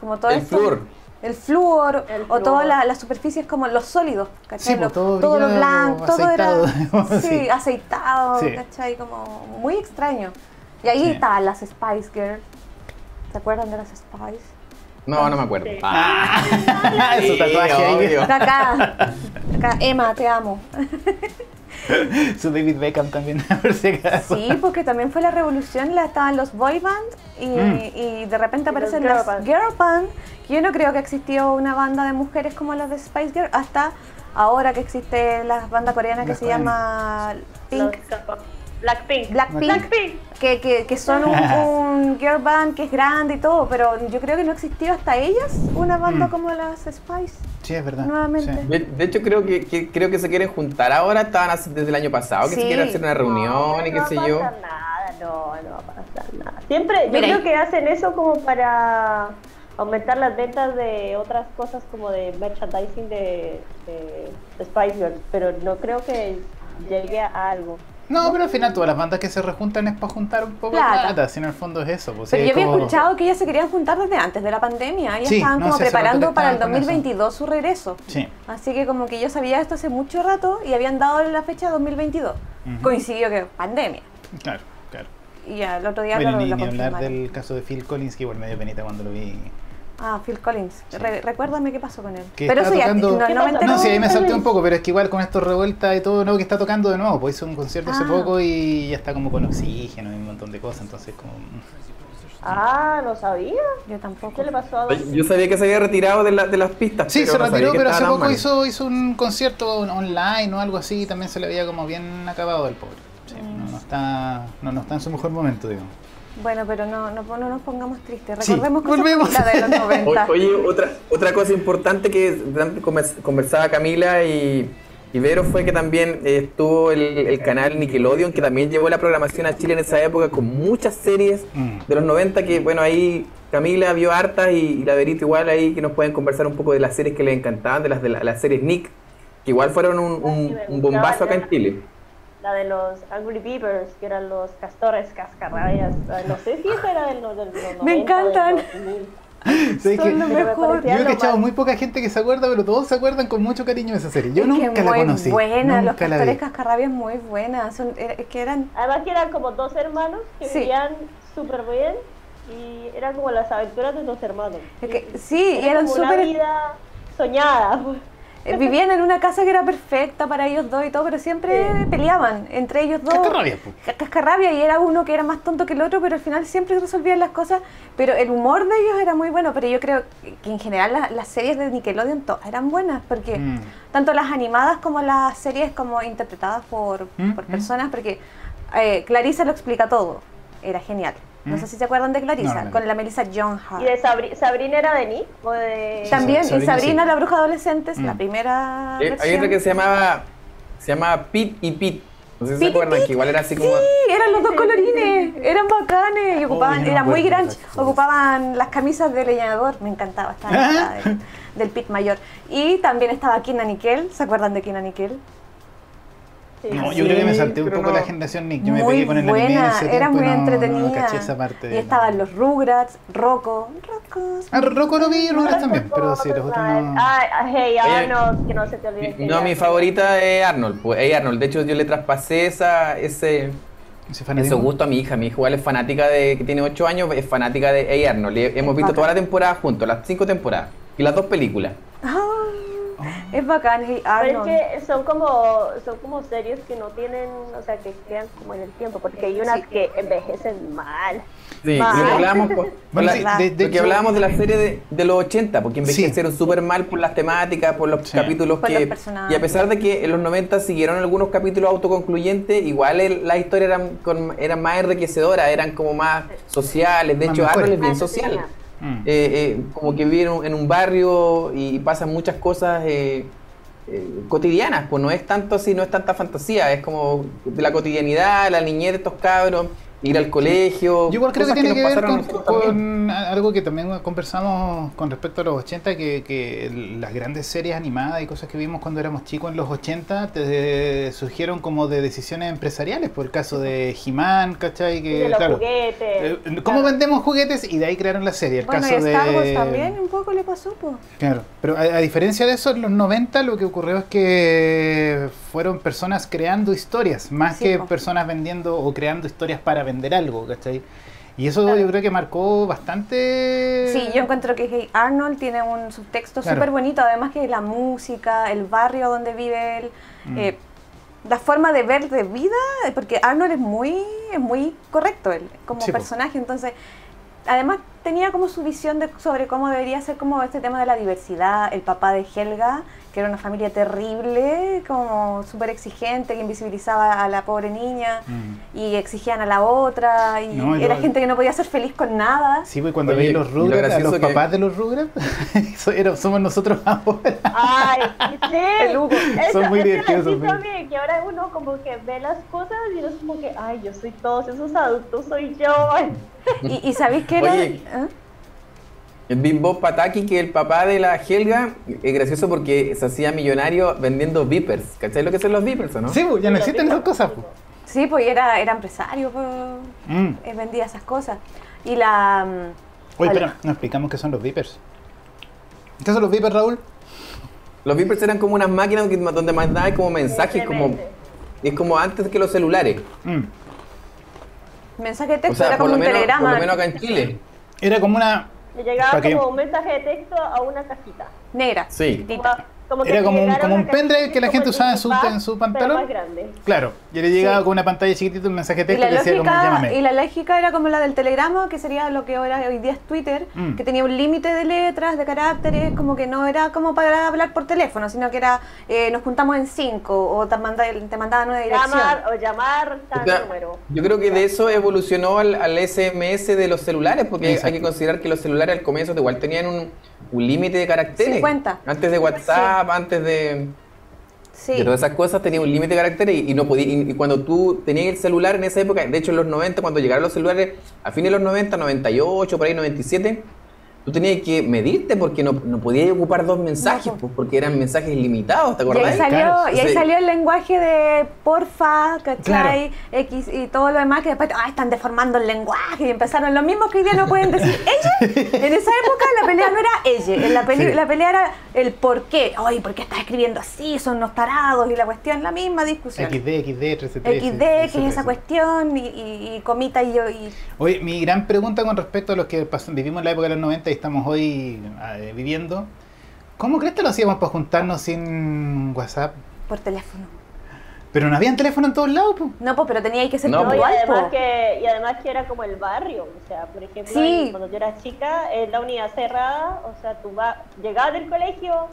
Speaker 2: como todo
Speaker 4: El
Speaker 2: esto.
Speaker 4: flúor.
Speaker 2: El flúor,
Speaker 3: El
Speaker 2: o
Speaker 3: flúor.
Speaker 2: todas la- las superficies como los sólidos,
Speaker 1: Sí,
Speaker 2: ¿cachai?
Speaker 1: pues, todo
Speaker 2: Lo- lo
Speaker 1: brillado,
Speaker 2: blanco, todo
Speaker 1: aceitado,
Speaker 2: era. sí,
Speaker 1: sí.
Speaker 2: aceitado,
Speaker 1: Sí.
Speaker 2: ¿cachai? Como muy extraño. Y ahí
Speaker 1: Sí.
Speaker 2: estaban las Spice Girls. ¿Se acuerdan de las Spice?
Speaker 4: No, no me acuerdo.
Speaker 3: Sí.
Speaker 4: Ah,
Speaker 1: Su
Speaker 4: Sí,
Speaker 1: tatuaje ahí,
Speaker 4: obvio.
Speaker 2: Acá, acá, acá, Emma, te amo.
Speaker 1: su David Beckham también, por si acaso.
Speaker 2: Sí, porque también fue la revolución, la estaban los boy band y,
Speaker 1: Mm.
Speaker 2: y de repente
Speaker 3: Y los
Speaker 2: aparecen
Speaker 3: girl
Speaker 2: las
Speaker 3: band.
Speaker 2: girl band. que Yo no creo que existió una banda de mujeres como las de Spice Girl hasta ahora que existe la banda coreana que
Speaker 1: Las
Speaker 2: se
Speaker 1: coreanas.
Speaker 2: llama Pink,
Speaker 3: Los- Blackpink.
Speaker 2: Blackpink,
Speaker 3: Blackpink.
Speaker 2: Que, que, que son un, un girl band que es grande y todo, pero yo creo que no existió hasta ellas una banda
Speaker 1: Mm.
Speaker 2: como las Spice.
Speaker 1: Sí, es verdad.
Speaker 2: Nuevamente.
Speaker 1: sí.
Speaker 4: De, de hecho, creo que, que- creo que se quieren juntar ahora. Estaban así desde el año pasado, que
Speaker 2: Sí.
Speaker 4: se quieren hacer una reunión y qué
Speaker 3: no
Speaker 4: sé
Speaker 3: va a
Speaker 4: yo.
Speaker 3: pasar nada, no, no va a pasar nada. Siempre, yo
Speaker 2: Mira ahí.
Speaker 3: creo que hacen eso como para aumentar las ventas de otras cosas como de merchandising de, de Spice Girls, pero no creo que llegue a algo.
Speaker 1: No, pero al final todas las bandas que se rejuntan es para juntar un poco
Speaker 2: Plata.
Speaker 1: de plata, si en el fondo es eso. Pues,
Speaker 2: Pero
Speaker 1: sí,
Speaker 2: yo
Speaker 1: es
Speaker 2: había
Speaker 1: como-
Speaker 2: escuchado que ellas se querían juntar desde antes de la pandemia. Ellas
Speaker 1: Sí,
Speaker 2: estaban
Speaker 1: no,
Speaker 2: como
Speaker 1: sí, hace rato
Speaker 2: preparando
Speaker 1: que
Speaker 2: para el
Speaker 1: estaban con eso.
Speaker 2: 2022 su regreso.
Speaker 1: Sí.
Speaker 2: Así que como que yo sabía esto hace mucho rato y habían dado la fecha 2022.
Speaker 1: Ujú.
Speaker 2: Coincidió que pandemia.
Speaker 1: Claro, claro.
Speaker 2: Y al otro día
Speaker 1: Bueno,
Speaker 2: lo,
Speaker 1: ni,
Speaker 2: lo
Speaker 1: ni hablar
Speaker 2: confirmaron.
Speaker 1: del caso de Phil Collins, que igual me dio penita cuando lo vi.
Speaker 2: Ah, Phil Collins.
Speaker 1: Sí.
Speaker 2: Re- recuérdame qué pasó con él.
Speaker 1: Que
Speaker 2: Pero
Speaker 1: estaba
Speaker 2: eso ya,
Speaker 1: tocando-
Speaker 2: no,
Speaker 3: ¿Qué
Speaker 2: no me
Speaker 3: pasó?
Speaker 2: enteré.
Speaker 1: No, sí, ahí me
Speaker 3: Phil
Speaker 1: salté un
Speaker 3: Collins.
Speaker 1: poco, pero es que igual con estos revueltas y todo, ¿no? Que está tocando de nuevo, pues hizo un concierto hace
Speaker 2: Ah.
Speaker 1: poco y ya está como con oxígeno y un montón de cosas, entonces como...
Speaker 3: Ah, no sabía.
Speaker 2: Yo tampoco.
Speaker 3: ¿Qué le pasó a Don?
Speaker 4: Yo sabía que se había retirado de, la- de las pistas.
Speaker 1: Sí, se
Speaker 4: no sabía
Speaker 1: retiró,
Speaker 4: que
Speaker 1: pero hace
Speaker 4: estaba tan
Speaker 1: poco
Speaker 4: mal.
Speaker 1: hizo, hizo un concierto on- online o algo así, y también se le veía como bien acabado al pobre. Sí, no, no está, no, no está en su mejor momento, digamos.
Speaker 2: Bueno, pero no, no, no nos pongamos tristes.
Speaker 1: Sí,
Speaker 2: Recordemos que
Speaker 1: volvemos.
Speaker 2: de los 90.
Speaker 4: O- Oye, otra, otra cosa importante que tam- convers- conversaba Camila y, y Vero fue que también eh, estuvo el, el canal Nickelodeon, que también llevó la programación a Chile en esa época con muchas series
Speaker 1: Mm.
Speaker 4: de los 90 que, bueno, ahí Camila vio hartas y, y la Verito igual ahí que nos pueden conversar un poco de las series que le encantaban, de las, de la- las series Nick, que igual fueron un, un- un bombazo acá en Chile.
Speaker 3: La de los Angry Beavers, que eran los castores cascarrabias. Ah, No sé si esa era del, no- del, del
Speaker 2: Me encantan.
Speaker 1: ¿Sabes
Speaker 2: Son
Speaker 1: qué?
Speaker 2: lo
Speaker 1: Yo
Speaker 2: mejor.
Speaker 1: he
Speaker 3: lo
Speaker 1: cachado
Speaker 3: más.
Speaker 1: muy poca gente que se acuerda, pero todos se acuerdan con mucho cariño de esa serie. Yo
Speaker 2: Es que
Speaker 1: nunca la
Speaker 2: muy
Speaker 1: conocí.
Speaker 2: buena, los
Speaker 1: nunca la vi.
Speaker 2: castores cascarrabias muy buenas. Son, era- es que eran
Speaker 3: Además que eran como dos hermanos que
Speaker 2: Sí.
Speaker 3: vivían súper bien y eran como las aventuras de dos hermanos.
Speaker 2: Es que- sí, y
Speaker 3: Era
Speaker 2: eran
Speaker 3: como una
Speaker 2: súper.
Speaker 3: vida soñada.
Speaker 2: eh, Vivían en una casa que era perfecta para ellos dos y todo, pero siempre peleaban entre ellos dos.
Speaker 1: Cascarrabias, po.
Speaker 2: Ca- Cascarrabia, y era uno que era más tonto que el otro, pero al final siempre resolvían las cosas. Pero el humor de ellos era muy bueno, pero yo creo que en general las, las series de Nickelodeon todas eran buenas, porque
Speaker 1: Mm.
Speaker 2: tanto las animadas como las series como interpretadas por,
Speaker 1: Mm,
Speaker 2: por
Speaker 1: mm.
Speaker 2: personas, porque eh, Clarisa lo explica todo. Era genial. No
Speaker 1: Mm.
Speaker 2: sé si se acuerdan de Clarisa,
Speaker 1: No, no, no.
Speaker 2: con la Melissa John Hart.
Speaker 3: ¿Y de Sabri- Sabrina era de Nick? ¿O de...
Speaker 1: Sí,
Speaker 2: Ah. También, y
Speaker 1: Sabrina,
Speaker 2: Sabrina,
Speaker 1: sí.
Speaker 2: la bruja adolescente, es la
Speaker 1: Mm.
Speaker 2: primera
Speaker 4: Eh,
Speaker 2: versión.
Speaker 4: Hay otra que se llamaba, se llamaba Pit y Pit. No sé si se
Speaker 2: Pit y
Speaker 4: acuerdan,
Speaker 2: Pit.
Speaker 4: que igual era así como...
Speaker 2: Sí, eran los dos colorines, eran bacanes y
Speaker 1: Oh, yo
Speaker 2: ocupaban,
Speaker 1: no
Speaker 2: era
Speaker 1: me
Speaker 2: muy
Speaker 1: acuerdo de
Speaker 2: grunge,
Speaker 1: esas cosas.
Speaker 2: ocupaban las camisas de leñador, me encantaba, estaba encantada
Speaker 1: ¿Eh?
Speaker 2: de- del, pit mayor. Y también estaba Kina Nickel, ¿se acuerdan de Kina Nickel?
Speaker 3: Sí.
Speaker 1: No, yo creo que me
Speaker 4: Sí,
Speaker 1: salté un
Speaker 4: pero
Speaker 1: poco la
Speaker 4: no.
Speaker 1: generación Nick. Yo me
Speaker 2: Muy
Speaker 1: pegué con el anime en
Speaker 2: buena,
Speaker 1: ese
Speaker 2: era
Speaker 1: tiempo
Speaker 2: muy
Speaker 1: y no- no
Speaker 2: entretenida.
Speaker 1: caché esa parte.
Speaker 2: Y
Speaker 1: de la-
Speaker 2: estaban los Rugrats, Rocco, Rocco.
Speaker 1: Ah, Rocco lo vi, Rugrats también, pero sí, los otros no...
Speaker 3: Ah, ah, hey,
Speaker 4: Oye,
Speaker 3: Arnold, que no se te olvide. que
Speaker 4: No,
Speaker 3: ya-
Speaker 4: mi favorita es Arnold. Pues, es Arnold. De hecho, yo le traspasé esa, ese,
Speaker 1: Ese
Speaker 4: ese
Speaker 1: fanatismo.
Speaker 4: gusto a mi hija. Mi hija igual es fanática de, que tiene 8 años, es fanática de Hey Arnold. Y hemos visto
Speaker 2: bacán.
Speaker 4: toda la temporada juntos, las 5 temporadas. Y las dos películas.
Speaker 1: Oh.
Speaker 2: Es bacán, hey
Speaker 1: Ah,
Speaker 3: Pero
Speaker 2: Arnold.
Speaker 3: es que son como, son como series que no tienen, o sea, que quedan como en el tiempo, porque hay unas
Speaker 2: Sí.
Speaker 3: que envejecen mal.
Speaker 4: Sí, lo
Speaker 2: Bye.
Speaker 4: que hablábamos, pues, por
Speaker 1: Bueno,
Speaker 4: la-
Speaker 1: sí,
Speaker 2: la-
Speaker 1: de, de
Speaker 4: lo que
Speaker 1: hecho,
Speaker 4: hablábamos de la serie de, de los 80, porque
Speaker 1: Sí.
Speaker 4: envejecieron súper mal por las temáticas, por los
Speaker 1: Sí.
Speaker 4: capítulos
Speaker 2: Por los
Speaker 4: que...
Speaker 2: personajes.
Speaker 4: y a pesar de que en los 90 siguieron algunos capítulos autoconcluyentes, igual el- las historias eran, con- eran más enriquecedoras, eran como más sociales. De
Speaker 1: Más
Speaker 4: hecho,
Speaker 1: mejores.
Speaker 4: Arnold es bien
Speaker 3: Ah,
Speaker 4: social.
Speaker 3: sí,
Speaker 1: Mm.
Speaker 4: Eh, eh, como que vivieron en un barrio y pasan muchas cosas eh, eh, cotidianas, pues no es tanto así, no es tanta fantasía, es como de la cotidianidad, la niñez de estos cabros, ir al colegio.
Speaker 1: Yo igual creo que tiene
Speaker 4: cosas
Speaker 1: que,
Speaker 4: nos
Speaker 1: ver
Speaker 4: pasaron a
Speaker 1: con,
Speaker 4: nosotros también.
Speaker 1: con a- algo que también conversamos con respecto a los 80, que, que el- las grandes series animadas y cosas que vimos cuando éramos chicos en los 80 te de- surgieron como de decisiones empresariales, por el caso de He-Man, ¿cachai?
Speaker 3: Y
Speaker 1: Que,
Speaker 3: de los
Speaker 1: claro,
Speaker 3: juguetes.
Speaker 1: eh, ¿Cómo vendemos juguetes? Y de ahí crearon la serie. El
Speaker 2: bueno, y
Speaker 1: caso
Speaker 2: a Star
Speaker 1: de...
Speaker 2: Wars también un poco le pasó, pues.
Speaker 1: Claro, pero a, a diferencia de eso, en los 90 lo que ocurrió es que fueron personas creando historias, más
Speaker 2: Sí,
Speaker 1: que
Speaker 2: po.
Speaker 1: personas vendiendo o creando historias para vender algo, ¿cachai? Y eso
Speaker 3: Claro.
Speaker 1: yo creo que marcó bastante...
Speaker 2: Sí, yo encuentro que Hey Arnold tiene un subtexto
Speaker 1: Mm. Claro.
Speaker 2: súper bonito, además que la música, el barrio donde vive él,
Speaker 1: Mm.
Speaker 2: eh, la forma de ver de vida, eh, porque Arnold es muy, es muy correcto él como
Speaker 1: Sí, po.
Speaker 2: personaje, entonces además tenía como su visión de, sobre cómo debería ser como este tema de la diversidad, el papá de Helga, que era una familia terrible, como súper exigente, que invisibilizaba a la pobre niña.
Speaker 1: Mm.
Speaker 2: Y exigían a la otra, y
Speaker 1: No, y
Speaker 2: era
Speaker 1: lo-
Speaker 2: gente que no podía ser feliz con nada.
Speaker 1: Sí, pues cuando
Speaker 4: Oye,
Speaker 1: veis
Speaker 4: y
Speaker 1: los
Speaker 4: lo
Speaker 1: Rugrats, a los
Speaker 4: gracioso que-
Speaker 1: papás de los Rugrats, eso era- somos nosotros ahora.
Speaker 3: Ay, sí.
Speaker 2: El Hugo.
Speaker 1: Son muy divertidos,
Speaker 3: Sí,
Speaker 1: son muy-
Speaker 3: también, que ahora uno como que ve las cosas y uno es como que, ay, yo soy todos esos adultos, soy yo.
Speaker 2: ¿Y, y sabéis qué era?
Speaker 4: Oye.
Speaker 2: ¿Ah?
Speaker 4: El Big Bob Pataki, que el papá de la Helga, es gracioso porque se hacía millonario vendiendo beepers. ¿Cachai lo que son los beepers o no?
Speaker 1: Sí, pues ya no existen esas cosas. pues.
Speaker 2: Sí, pues y era, era empresario, pues,
Speaker 1: Mm.
Speaker 2: eh, vendía esas cosas. Y la... mm,
Speaker 1: Oye,
Speaker 2: al-
Speaker 1: pero no explicamos qué son los vipers. ¿Qué son los vipers, Raúl?
Speaker 4: Los beepers eran como unas máquinas que- donde mandaban como mensajes, como.
Speaker 3: Tremendo.
Speaker 4: Es como antes que los celulares.
Speaker 1: Mm.
Speaker 2: Mensaje de
Speaker 4: O
Speaker 2: texto,
Speaker 4: sea,
Speaker 2: era
Speaker 4: por
Speaker 2: como
Speaker 4: lo,
Speaker 2: un
Speaker 4: menos, por
Speaker 2: telegrama.
Speaker 4: lo menos acá en Chile.
Speaker 1: Era como una.
Speaker 3: Le llegaba
Speaker 1: ¿Para qué?
Speaker 3: como un mensaje de texto a una cajita.
Speaker 2: Negra.
Speaker 4: Sí.
Speaker 2: Chiquitita.
Speaker 3: Como, que
Speaker 1: Era
Speaker 3: te
Speaker 1: como un-
Speaker 3: llegara
Speaker 1: como
Speaker 3: una
Speaker 1: un pendrive
Speaker 3: cajita
Speaker 1: que la
Speaker 3: como
Speaker 1: gente
Speaker 3: el
Speaker 1: usaba en su-
Speaker 3: Digipack,
Speaker 1: en su
Speaker 3: pero
Speaker 1: pantalón.
Speaker 3: más grande.
Speaker 1: Claro, y le llegaba con una pantalla chiquitita un mensaje de
Speaker 2: Y
Speaker 1: texto
Speaker 2: la,
Speaker 1: que decía como
Speaker 2: lógica, y
Speaker 1: llámame.
Speaker 2: la lógica era como la del telegrama, que sería lo que ahora hoy día es Twitter,
Speaker 1: Mm.
Speaker 2: que tenía un límite de letras, de caracteres, como que no era como para hablar por teléfono, sino que era eh, nos juntamos en cinco o te mandaban te mandaba nueva dirección.
Speaker 3: Llamar o llamar
Speaker 4: O
Speaker 3: tal
Speaker 4: sea,
Speaker 3: número.
Speaker 4: yo creo que de eso evolucionó al, al SMS de los celulares, porque
Speaker 1: Exacto.
Speaker 4: hay que considerar que los celulares al comienzo igual tenían un, un límite de caracteres.
Speaker 2: 50.
Speaker 4: Antes de WhatsApp, antes de,
Speaker 2: Sí.
Speaker 4: de todas esas cosas, tenía un límite de caracteres y, y no podía. Y, y cuando tú tenías el celular en esa época, de hecho en los 90, cuando llegaron los celulares, a fines de los 90, 98, por ahí 97, tú tenías que medirte porque no, no podías ocupar dos mensajes,
Speaker 2: No, po.
Speaker 4: pues, porque eran mensajes limitados, ¿te
Speaker 2: Y ahí,
Speaker 4: acordás?
Speaker 2: salió, y ahí
Speaker 4: Sí.
Speaker 2: salió el lenguaje de porfa, ¿cachai?
Speaker 1: Claro.
Speaker 2: X y todo lo demás que después, ah, están deformando el lenguaje y empezaron lo mismo que hoy día no pueden decir ella. En esa época la pelea no era ella, en la, peli-
Speaker 1: Sí.
Speaker 2: la pelea era el por qué. Ay, ¿por qué estás escribiendo así? Son los tarados y la cuestión, la misma discusión.
Speaker 1: XD, XD, 13,
Speaker 2: XD, que es esa cuestión, y, y- y comita y yo. Y,
Speaker 1: Oye, mi gran pregunta con respecto a los que pas- vivimos en la época de los 90 y estamos hoy eh, viviendo, ¿cómo crees que lo hacíamos para juntarnos sin WhatsApp?
Speaker 2: por teléfono.
Speaker 1: Pero no había teléfono en todos lados, pues.
Speaker 2: No, pues, pero tenía que ser
Speaker 3: No, y
Speaker 4: No,
Speaker 2: puntual,
Speaker 3: además,
Speaker 2: po.
Speaker 3: que, y además que era como el barrio, o sea, por ejemplo,
Speaker 2: Sí.
Speaker 3: en- cuando yo era chica, en la unidad cerrada, o sea, tú va, llegabas del colegio,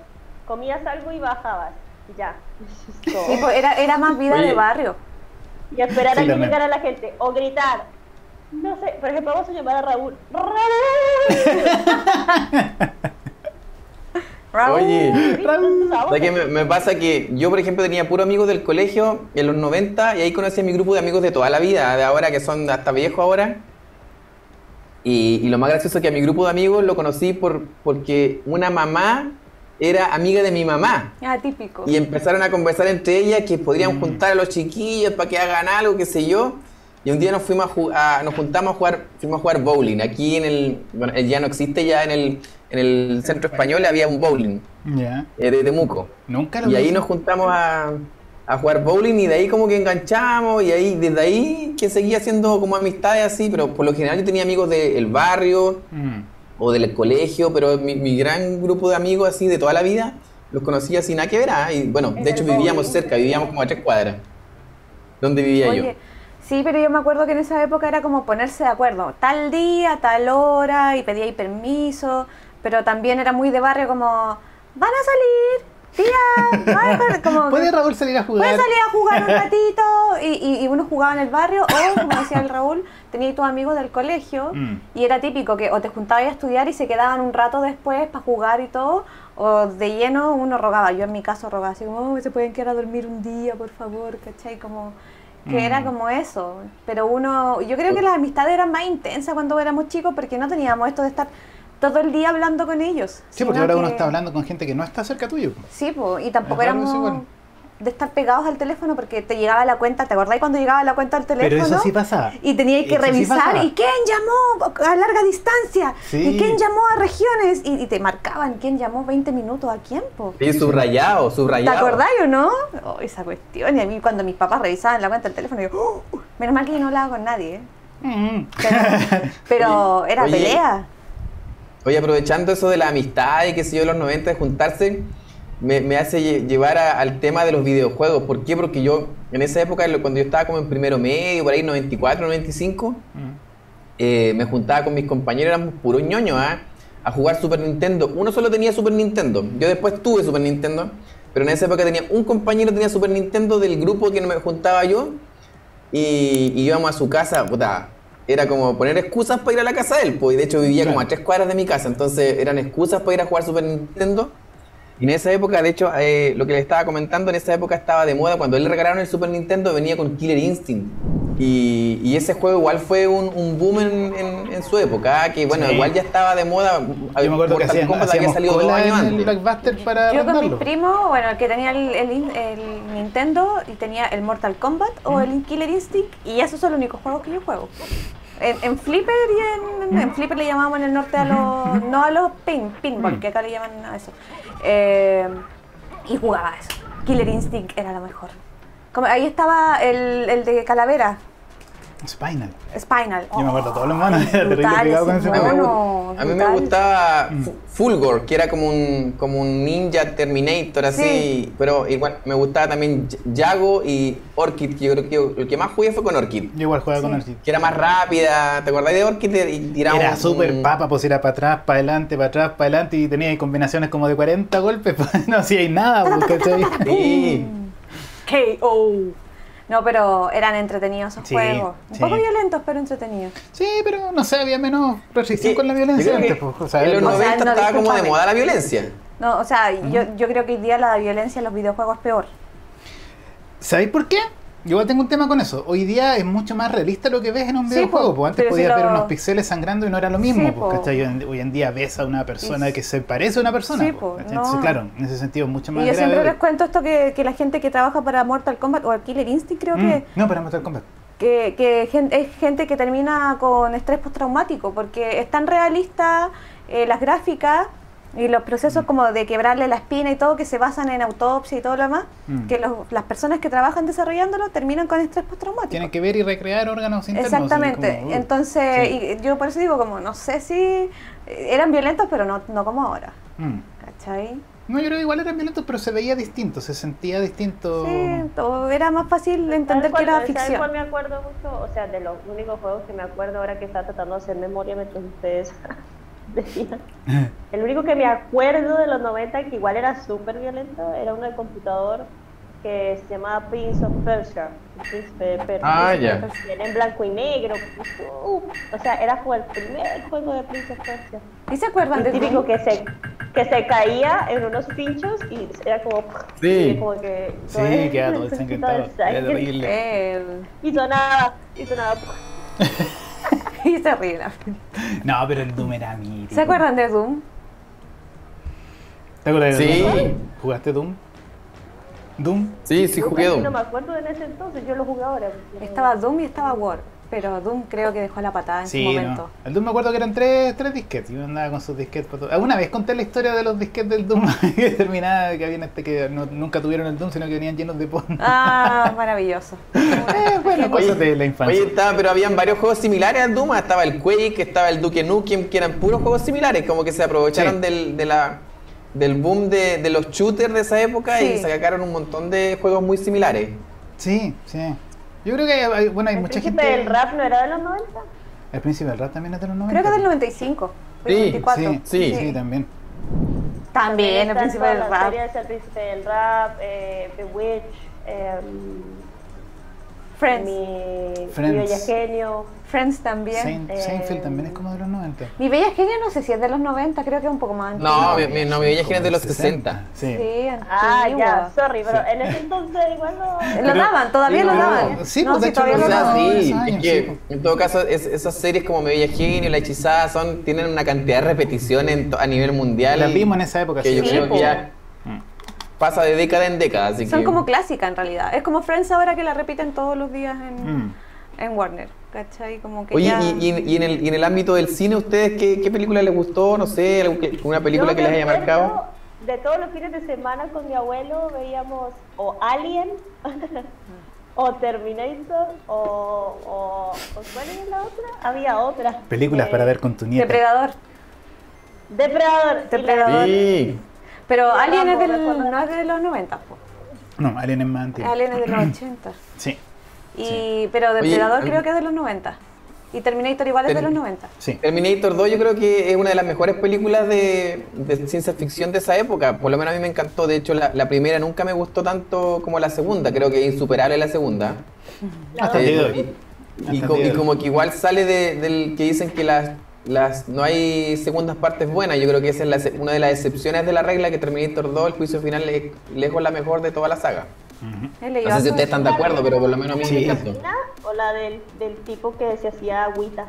Speaker 3: comías algo y bajabas, y ya.
Speaker 2: Sí, pues, era, era más vida
Speaker 4: Oye.
Speaker 2: de barrio.
Speaker 3: Y esperar
Speaker 1: Sí,
Speaker 3: a que
Speaker 1: también.
Speaker 3: llegara la gente, o gritar, no sé, por ejemplo, vamos a llamar a Raúl. ¡Raúl!
Speaker 4: Oye.
Speaker 1: Raúl.
Speaker 3: Ah,
Speaker 4: ¿Sabes qué? me, me pasa que yo, por ejemplo, tenía puro amigos del colegio en los 90 y ahí conocí a mi grupo de amigos de toda la vida, de ahora que son hasta viejos ahora. Y, y lo más gracioso es que a mi grupo de amigos lo conocí por, porque una mamá era amiga de mi mamá.
Speaker 2: Ah, típico.
Speaker 4: Y empezaron a conversar entre ellas que podrían juntar a los chiquillos para que hagan algo, qué sé yo. Y un día nos fuimos a, ju- a- nos juntamos a jugar, fuimos a jugar bowling. Aquí en el, bueno, ya no existe, ya en el, en el centro español había un bowling
Speaker 1: Ya,
Speaker 4: eh, de Temuco.
Speaker 1: nunca lo
Speaker 4: Y ahí
Speaker 2: pues.
Speaker 1: vi.
Speaker 4: nos juntamos a, a jugar bowling y de ahí como que enganchamos y ahí desde ahí que seguía haciendo como amistades así, pero por lo general yo tenía amigos del barrio
Speaker 1: Mm.
Speaker 4: o del colegio, pero mi, mi gran grupo de amigos así de toda la vida los conocía sin nada que ver, ah, y bueno,
Speaker 3: En
Speaker 4: de hecho
Speaker 3: el
Speaker 4: vivíamos
Speaker 3: bowling.
Speaker 4: cerca, vivíamos como a tres cuadras. ¿Dónde vivía yo?
Speaker 2: Oye, sí, pero yo me acuerdo que en esa época era como ponerse de acuerdo, tal día, tal hora, y pedía ahí permiso, pero también era muy de barrio como, van a salir, tía, van a salir", como
Speaker 1: ¿Puede
Speaker 2: que,
Speaker 1: Raúl salir a jugar?
Speaker 2: "Puedes salir a jugar un ratito, y, y- y uno jugaba en el barrio, o como decía el Raúl, tenía ahí tus amigos del colegio,
Speaker 1: Mm.
Speaker 2: y era típico que o te juntabas a estudiar y se quedaban un rato después para jugar y todo, o de lleno uno rogaba, yo en mi caso rogaba así como, "Oh, se pueden quedar a dormir un día, por favor, ¿cachai? Como que era
Speaker 1: Mm.
Speaker 2: como eso, pero uno, yo creo que las amistades eran más intensas cuando éramos chicos porque no teníamos esto de estar todo el día hablando con ellos.
Speaker 1: Sí, porque
Speaker 2: sino
Speaker 1: ahora uno
Speaker 2: que-
Speaker 1: está hablando con gente que no está cerca tuyo. po.
Speaker 2: Sí, po, y tampoco
Speaker 1: Es raro eso
Speaker 2: éramos
Speaker 1: igual.
Speaker 2: de estar pegados al teléfono porque te llegaba la cuenta, ¿te acordás cuando llegaba la cuenta al teléfono?
Speaker 1: Pero eso sí pasaba.
Speaker 2: Y tenía que
Speaker 1: Eso sí
Speaker 2: revisar.
Speaker 1: pasaba.
Speaker 2: ¿Y quién llamó a larga distancia?
Speaker 1: Sí.
Speaker 2: ¿Y quién llamó a regiones? Y, y te marcaban quién llamó 20 minutos a quién, po?
Speaker 4: Sí, subrayado,
Speaker 2: ¿Te
Speaker 4: subrayado.
Speaker 2: acordás o no? Oh, esa cuestión. Y a mí, cuando mis papás revisaban la cuenta del teléfono, yo, "Oh, menos mal que yo no hablaba con nadie. ¿eh?".
Speaker 1: Mm.
Speaker 2: Pero, pero era
Speaker 4: oye.
Speaker 2: pelea.
Speaker 4: Oye, aprovechando eso de la amistad y qué sé yo, de los 90, de juntarse, me, me hace lle- llevar a- al tema de los videojuegos. ¿Por qué? Porque yo, en esa época, lo- cuando yo estaba como en primero medio, por ahí 94, 95,
Speaker 1: Mm.
Speaker 4: eh, me juntaba con mis compañeros, éramos puros ñoños, ¿ah? A jugar Super Nintendo. Uno solo tenía Super Nintendo. Yo después tuve Super Nintendo, pero en esa época tenía un compañero que tenía Super Nintendo del grupo que me juntaba yo y, y íbamos a su casa, puta, era como poner excusas para ir a la casa de él, pues, y de hecho vivía como a tres cuadras de mi casa, entonces eran excusas para ir a jugar Super Nintendo. Y en esa época, de hecho, eh, lo que le estaba comentando, en esa época estaba de moda, cuando él regalaron el Super Nintendo venía con Killer Instinct. Y, y ese juego igual fue un, un boom en, en- en su época, que bueno,
Speaker 1: Sí.
Speaker 4: igual ya estaba de moda.
Speaker 1: Yo me acuerdo que hacían,
Speaker 4: Kombat había
Speaker 1: hacíamos
Speaker 4: salido dos
Speaker 1: cola
Speaker 4: años
Speaker 1: en el
Speaker 4: antes.
Speaker 1: Blackbuster para
Speaker 2: Yo con mis
Speaker 1: arrendarlo.
Speaker 2: primos, bueno, el que tenía el, el in- el Nintendo y tenía el Mortal Kombat o el Killer Instinct, y esos son los únicos juegos que yo juego. En, en Flipper y en, en Flipper le llamábamos en el norte a los. no a los pin, pinball,
Speaker 1: Mm.
Speaker 2: que acá le llaman a eso. Eh, y jugaba a eso. Killer Instinct era lo mejor. Como, ahí estaba el, el de Calavera,
Speaker 1: Spinal.
Speaker 2: Spinal.
Speaker 1: Yo me acuerdo todos los monos,
Speaker 2: Ay,
Speaker 1: era terrible
Speaker 2: brutal
Speaker 1: pegado con ese
Speaker 4: A mí, me,
Speaker 1: Bueno,
Speaker 2: mono,
Speaker 4: gu- a mí me
Speaker 2: Ah, brutal.
Speaker 4: gustaba
Speaker 1: Mm.
Speaker 4: Fu- Fulgor, que era como un, como un ninja Terminator, así.
Speaker 2: Sí.
Speaker 4: Pero igual me gustaba también Y- Yago y Orchid, que yo creo que el que más jugué fue con Orchid.
Speaker 1: Yo igual jugaba con
Speaker 4: Que era más rápida, ¿te acordáis de Orchid? Y tiraba
Speaker 1: Era
Speaker 4: un-
Speaker 1: súper
Speaker 4: un-
Speaker 1: papa, pues era para atrás, para adelante, para atrás, para adelante y tenía ahí combinaciones como de 40 golpes, pues, no hacía ahí nada, pues, ¿cachai?
Speaker 4: Sí.
Speaker 2: KO. No, pero eran entretenidos esos
Speaker 1: Sí,
Speaker 2: juegos. Un
Speaker 1: sí.
Speaker 2: poco violentos, pero entretenidos.
Speaker 1: Sí, pero no sé, había menos restricción
Speaker 4: Sí,
Speaker 1: con la
Speaker 4: yo
Speaker 1: violencia
Speaker 4: creo que
Speaker 1: antes, pues, o sea,
Speaker 4: en los
Speaker 1: no-
Speaker 2: O sea,
Speaker 4: 90
Speaker 2: no,
Speaker 4: estaba como de
Speaker 2: discúlpame.
Speaker 4: moda la violencia.
Speaker 2: No, o sea, yo, yo creo que hoy día la violencia en los videojuegos es peor.
Speaker 1: ¿Sabéis por qué? Yo igual tengo un tema con eso. Hoy día es mucho más realista lo que ves en un
Speaker 2: Sí,
Speaker 1: videojuego.
Speaker 2: po,
Speaker 1: pues antes
Speaker 2: pero si
Speaker 1: podías ver
Speaker 2: lo-
Speaker 1: unos pixeles sangrando y no era lo mismo.
Speaker 2: Sí,
Speaker 1: pues,
Speaker 2: po.
Speaker 1: ¿cachai? Hoy en- Hoy en día ves a una persona
Speaker 2: Y-
Speaker 1: que se parece a una persona.
Speaker 2: Sí,
Speaker 1: pues,
Speaker 2: po,
Speaker 1: ¿cachai?
Speaker 2: no.
Speaker 1: Entonces, claro, en ese sentido es mucho
Speaker 2: Y
Speaker 1: más
Speaker 2: yo siempre les
Speaker 1: grave.
Speaker 2: cuento esto que, que la gente que trabaja para Mortal Kombat o Killer Instinct creo
Speaker 1: Mm,
Speaker 2: que,
Speaker 1: No, para Mortal Kombat.
Speaker 2: que, que gen- es gente que termina con estrés postraumático porque es tan realista eh, las gráficas y los procesos
Speaker 1: Mm.
Speaker 2: como de quebrarle la espina y todo que se basan en autopsia y todo lo demás,
Speaker 1: Mm.
Speaker 2: que los- las personas que trabajan desarrollándolo terminan con estrés postraumático.
Speaker 1: Tienen que ver y recrear órganos internos. así
Speaker 2: Exactamente.
Speaker 1: como, uh.
Speaker 2: Entonces,
Speaker 1: sí.
Speaker 2: y yo por eso digo, como, no sé si eh, eran violentos, pero no, no como ahora.
Speaker 1: Mm.
Speaker 2: ¿Cachai?
Speaker 1: No, yo creo que igual eran violentos, pero se veía distinto, se sentía distinto.
Speaker 2: Sí, todo era más fácil entender
Speaker 3: ¿Sabes
Speaker 2: que
Speaker 3: cuál-
Speaker 2: era
Speaker 3: ¿sabes cuál
Speaker 2: ficción.
Speaker 3: me acuerdo mucho? O sea, de los únicos juegos que me acuerdo ahora que estaba tratando de hacer memoria mientras ustedes decían. El único que me acuerdo de los 90 que igual era súper violento era uno de computador que se llamaba Prince of Persia. Príncipe de Per-
Speaker 4: Ah,
Speaker 3: Príncipe de
Speaker 4: ya.
Speaker 3: Persia, Era en blanco y negro. Uh, o sea, era como el primer juego de Prince of Persia.
Speaker 2: ¿Y se acuerdan
Speaker 3: El
Speaker 2: de
Speaker 3: típico que se, que se caía en unos pinchos y era como.
Speaker 4: Sí.
Speaker 3: y como que.
Speaker 1: Sí, quedaba todo ensangrentado,
Speaker 3: todo el
Speaker 1: era horrible.
Speaker 2: Eh,
Speaker 3: Y sonaba, y sonaba.
Speaker 2: y se ríen.
Speaker 1: No, pero el Doom era mítico.
Speaker 2: ¿Se acuerdan de Doom?
Speaker 1: ¿Te acuerdas de
Speaker 4: Sí.
Speaker 1: Doom? ¿Jugaste Doom? ¿Doom?
Speaker 4: Sí, sí, jugué
Speaker 3: No me
Speaker 4: Doom.
Speaker 3: acuerdo en ese entonces, yo lo jugué ahora. porque-
Speaker 2: Estaba Doom y estaba War, pero Doom creo que dejó la patada en su
Speaker 1: Sí,
Speaker 2: momento.
Speaker 1: no. El Doom me acuerdo que eran tres, tres disquetes. Y uno andaba con sus disquetes por todo. ¿Alguna vez conté la historia de los disquetes del Doom? que terminaba, que habían este que no- nunca tuvieron el Doom, sino que venían llenos de porno.
Speaker 2: Ah, maravilloso.
Speaker 1: Eh, bueno, cosas de la infancia.
Speaker 4: Oye, estaba, pero habían varios juegos similares al Duma. Estaba el Quake, estaba el Duke Nukem, que eran puros juegos similares. Como que se aprovecharon
Speaker 1: Sí.
Speaker 4: del, de la, del boom de, de los shooters de esa época
Speaker 2: Sí.
Speaker 4: y sacaron un montón de juegos muy similares.
Speaker 1: Sí, sí. Yo creo que hay, hay- bueno, hay
Speaker 3: ¿El
Speaker 1: mucha
Speaker 3: príncipe
Speaker 1: gente.
Speaker 3: del rap no era de los 90?
Speaker 1: El príncipe del rap también es de los 90.
Speaker 2: Creo que del 95,
Speaker 4: Sí,
Speaker 2: 94.
Speaker 1: Sí, sí,
Speaker 4: Sí.
Speaker 1: sí, también.
Speaker 2: También, el
Speaker 3: Están
Speaker 2: príncipe
Speaker 3: todas
Speaker 2: del
Speaker 3: Las
Speaker 2: rap.
Speaker 3: series, el príncipe del rap, eh, Bewitch, eh,
Speaker 2: Friends.
Speaker 3: mi.
Speaker 1: Friends.
Speaker 3: Mi Bella Genio.
Speaker 2: Friends también.
Speaker 1: Sein-
Speaker 3: eh,
Speaker 1: Seinfeld también es como de los 90.
Speaker 2: Mi Bella Genio no sé si es de los 90, creo que es un poco más antigua.
Speaker 4: No, mi, mi, no, mi bella
Speaker 1: Como
Speaker 4: Genio es de los 60.
Speaker 1: Sí.
Speaker 2: Sí,
Speaker 3: Ah, ya,
Speaker 2: antigua.
Speaker 3: sorry, pero en ese entonces igual no.
Speaker 2: Lo daban, todavía lo
Speaker 4: No,
Speaker 2: daban.
Speaker 1: sí,
Speaker 2: no,
Speaker 1: pues, de hecho,
Speaker 2: todavía
Speaker 4: O
Speaker 1: lo
Speaker 2: lo
Speaker 4: sea,
Speaker 1: daban.
Speaker 2: daban.
Speaker 4: sí,
Speaker 1: esos años, sí,
Speaker 4: es que en todo caso es- esas series como Mi Bella Genio y La Hechizada son, tienen una cantidad de repeticiones en to- a nivel mundial.
Speaker 1: Las vimos en esa época,
Speaker 4: que
Speaker 1: sí.
Speaker 4: yo
Speaker 2: Sí,
Speaker 4: creo
Speaker 2: po.
Speaker 4: que ya pasa de década en década, así
Speaker 2: Son
Speaker 4: que...
Speaker 2: como clásicas en realidad. Es como Friends ahora que la repiten todos los días en,
Speaker 1: Mm.
Speaker 2: en Warner. ¿Cachai? Como que
Speaker 4: Oye,
Speaker 2: ya...
Speaker 4: y, y- y en el, y en el ámbito del cine, ¿ustedes qué, qué película les gustó? No sé, algo que- una película
Speaker 3: Yo
Speaker 4: que
Speaker 3: me
Speaker 4: les haya
Speaker 3: acuerdo
Speaker 4: marcado.
Speaker 3: De todos los fines de semana con mi abuelo veíamos o Alien, o Terminator, o, o, o- ¿Cuál era la otra? Había otra.
Speaker 1: Películas
Speaker 3: Eh,
Speaker 1: para ver con tu nieta.
Speaker 2: Depredador.
Speaker 3: Depredador. y la-
Speaker 2: Depredador.
Speaker 4: Sí.
Speaker 2: Pero
Speaker 3: Yo la
Speaker 2: Alien es
Speaker 3: amo,
Speaker 2: del,
Speaker 3: me acuerdo.
Speaker 2: no es de los 90, po.
Speaker 1: No, Alien es más antiguo.
Speaker 2: Alien es de los 80.
Speaker 1: Sí,
Speaker 2: Y, Pero Depredador
Speaker 4: al-
Speaker 2: creo que es de los 90. Y Terminator igual es de
Speaker 4: Ter-
Speaker 2: los 90.
Speaker 1: sí.
Speaker 4: Eh, Terminator 2 yo creo que es una de las mejores películas de, de ciencia ficción de esa época. Por lo menos a mí me encantó. De hecho, la, la primera nunca me gustó tanto como la segunda. Creo que es insuperable la segunda.
Speaker 1: Hasta el
Speaker 4: Eh,
Speaker 1: día de hoy.
Speaker 4: y, y co- y como que igual sale de- del que dicen que las, las no hay segundas partes buenas. Yo creo que esa es la ex- una de las excepciones de la regla que Terminator 2, el juicio final, es lejos la mejor de toda la saga.
Speaker 2: Él leyó
Speaker 4: No sé si
Speaker 2: harto
Speaker 4: ustedes están de acuerdo, pero por lo menos a mí me
Speaker 1: Sí.
Speaker 4: encantó.
Speaker 3: ¿O la del, del tipo que se hacía agüita?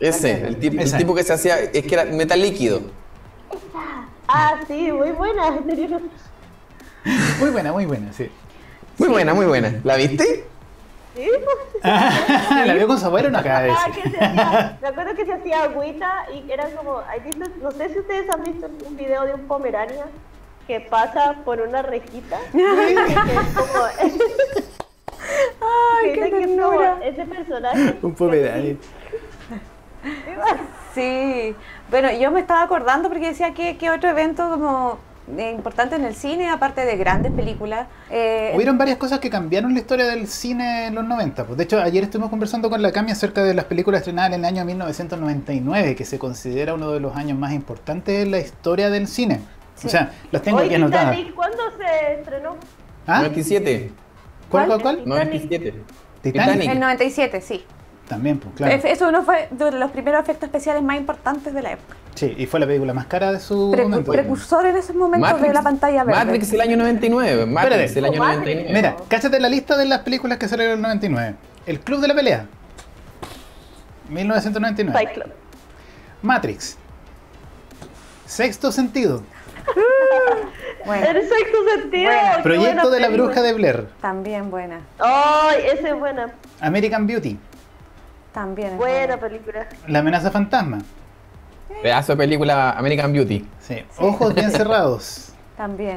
Speaker 4: Ese, el, tip- el
Speaker 1: Esa.
Speaker 4: tipo que se hacía, es que era metal líquido.
Speaker 3: Ah, sí, muy buena. en serio.
Speaker 1: Muy buena, muy buena, sí.
Speaker 4: Muy buena, muy buena. ¿La viste?
Speaker 3: Sí, pues.
Speaker 1: ¿La vio con su abuelo no acaba de
Speaker 3: Ah,
Speaker 1: decir?
Speaker 3: que se hacía, me acuerdo que se hacía agüita y era como, hay distintos- no sé si ustedes han visto un video de un pomerania que pasa por una rejita. que es como-
Speaker 2: ¡Ay,
Speaker 3: que
Speaker 2: qué
Speaker 3: dicen que es como
Speaker 2: ternura!
Speaker 3: ese personaje.
Speaker 1: Un pomerania.
Speaker 2: Sí, bueno, yo me estaba acordando porque decía que, que otro evento como eh, importante en el cine, aparte de grandes películas. eh,
Speaker 1: Hubieron varias cosas que cambiaron la historia del cine en los 90. pues. De hecho, ayer estuvimos conversando con la Cami acerca de las películas estrenadas en el año 1999, que se considera uno de los años más importantes en la historia del cine.
Speaker 2: Sí.
Speaker 1: O sea, las tengo
Speaker 3: Oye,
Speaker 1: aquí anotadas.
Speaker 3: Titanic, ¿cuándo se estrenó?
Speaker 1: ¿Ah?
Speaker 4: 97.
Speaker 1: ¿Cuál, cuál,
Speaker 2: ¿Cuál?
Speaker 1: cuál?
Speaker 4: 97.
Speaker 1: Titanic.
Speaker 2: el 97, sí.
Speaker 1: También, pues, claro.
Speaker 2: Efe- Eso uno fue de los primeros efectos especiales más importantes de la época.
Speaker 1: Sí, y fue la película más cara de su
Speaker 2: Precu-
Speaker 1: momento.
Speaker 2: precursor en esos momentos de la pantalla verde.
Speaker 4: Matrix el año 99. Matrix
Speaker 1: Espérate.
Speaker 4: el año
Speaker 3: Oh, Matrix.
Speaker 4: 99.
Speaker 1: Mira, cáchate la lista de las películas que salieron en el 99. El Club de la Pelea. 1999.
Speaker 3: Fight Club.
Speaker 1: Matrix. Sexto Sentido.
Speaker 2: Bueno,
Speaker 3: El sexto sentido.
Speaker 2: Buena.
Speaker 3: qué
Speaker 1: Proyecto
Speaker 3: buena
Speaker 1: de la
Speaker 3: película.
Speaker 1: Bruja de Blair.
Speaker 2: también buena.
Speaker 3: Ay, esa es buena.
Speaker 1: American Beauty.
Speaker 2: También. es
Speaker 3: Buena película.
Speaker 1: La amenaza fantasma.
Speaker 4: Pedazo de película American Beauty.
Speaker 1: Sí. Ojos bien cerrados.
Speaker 2: También.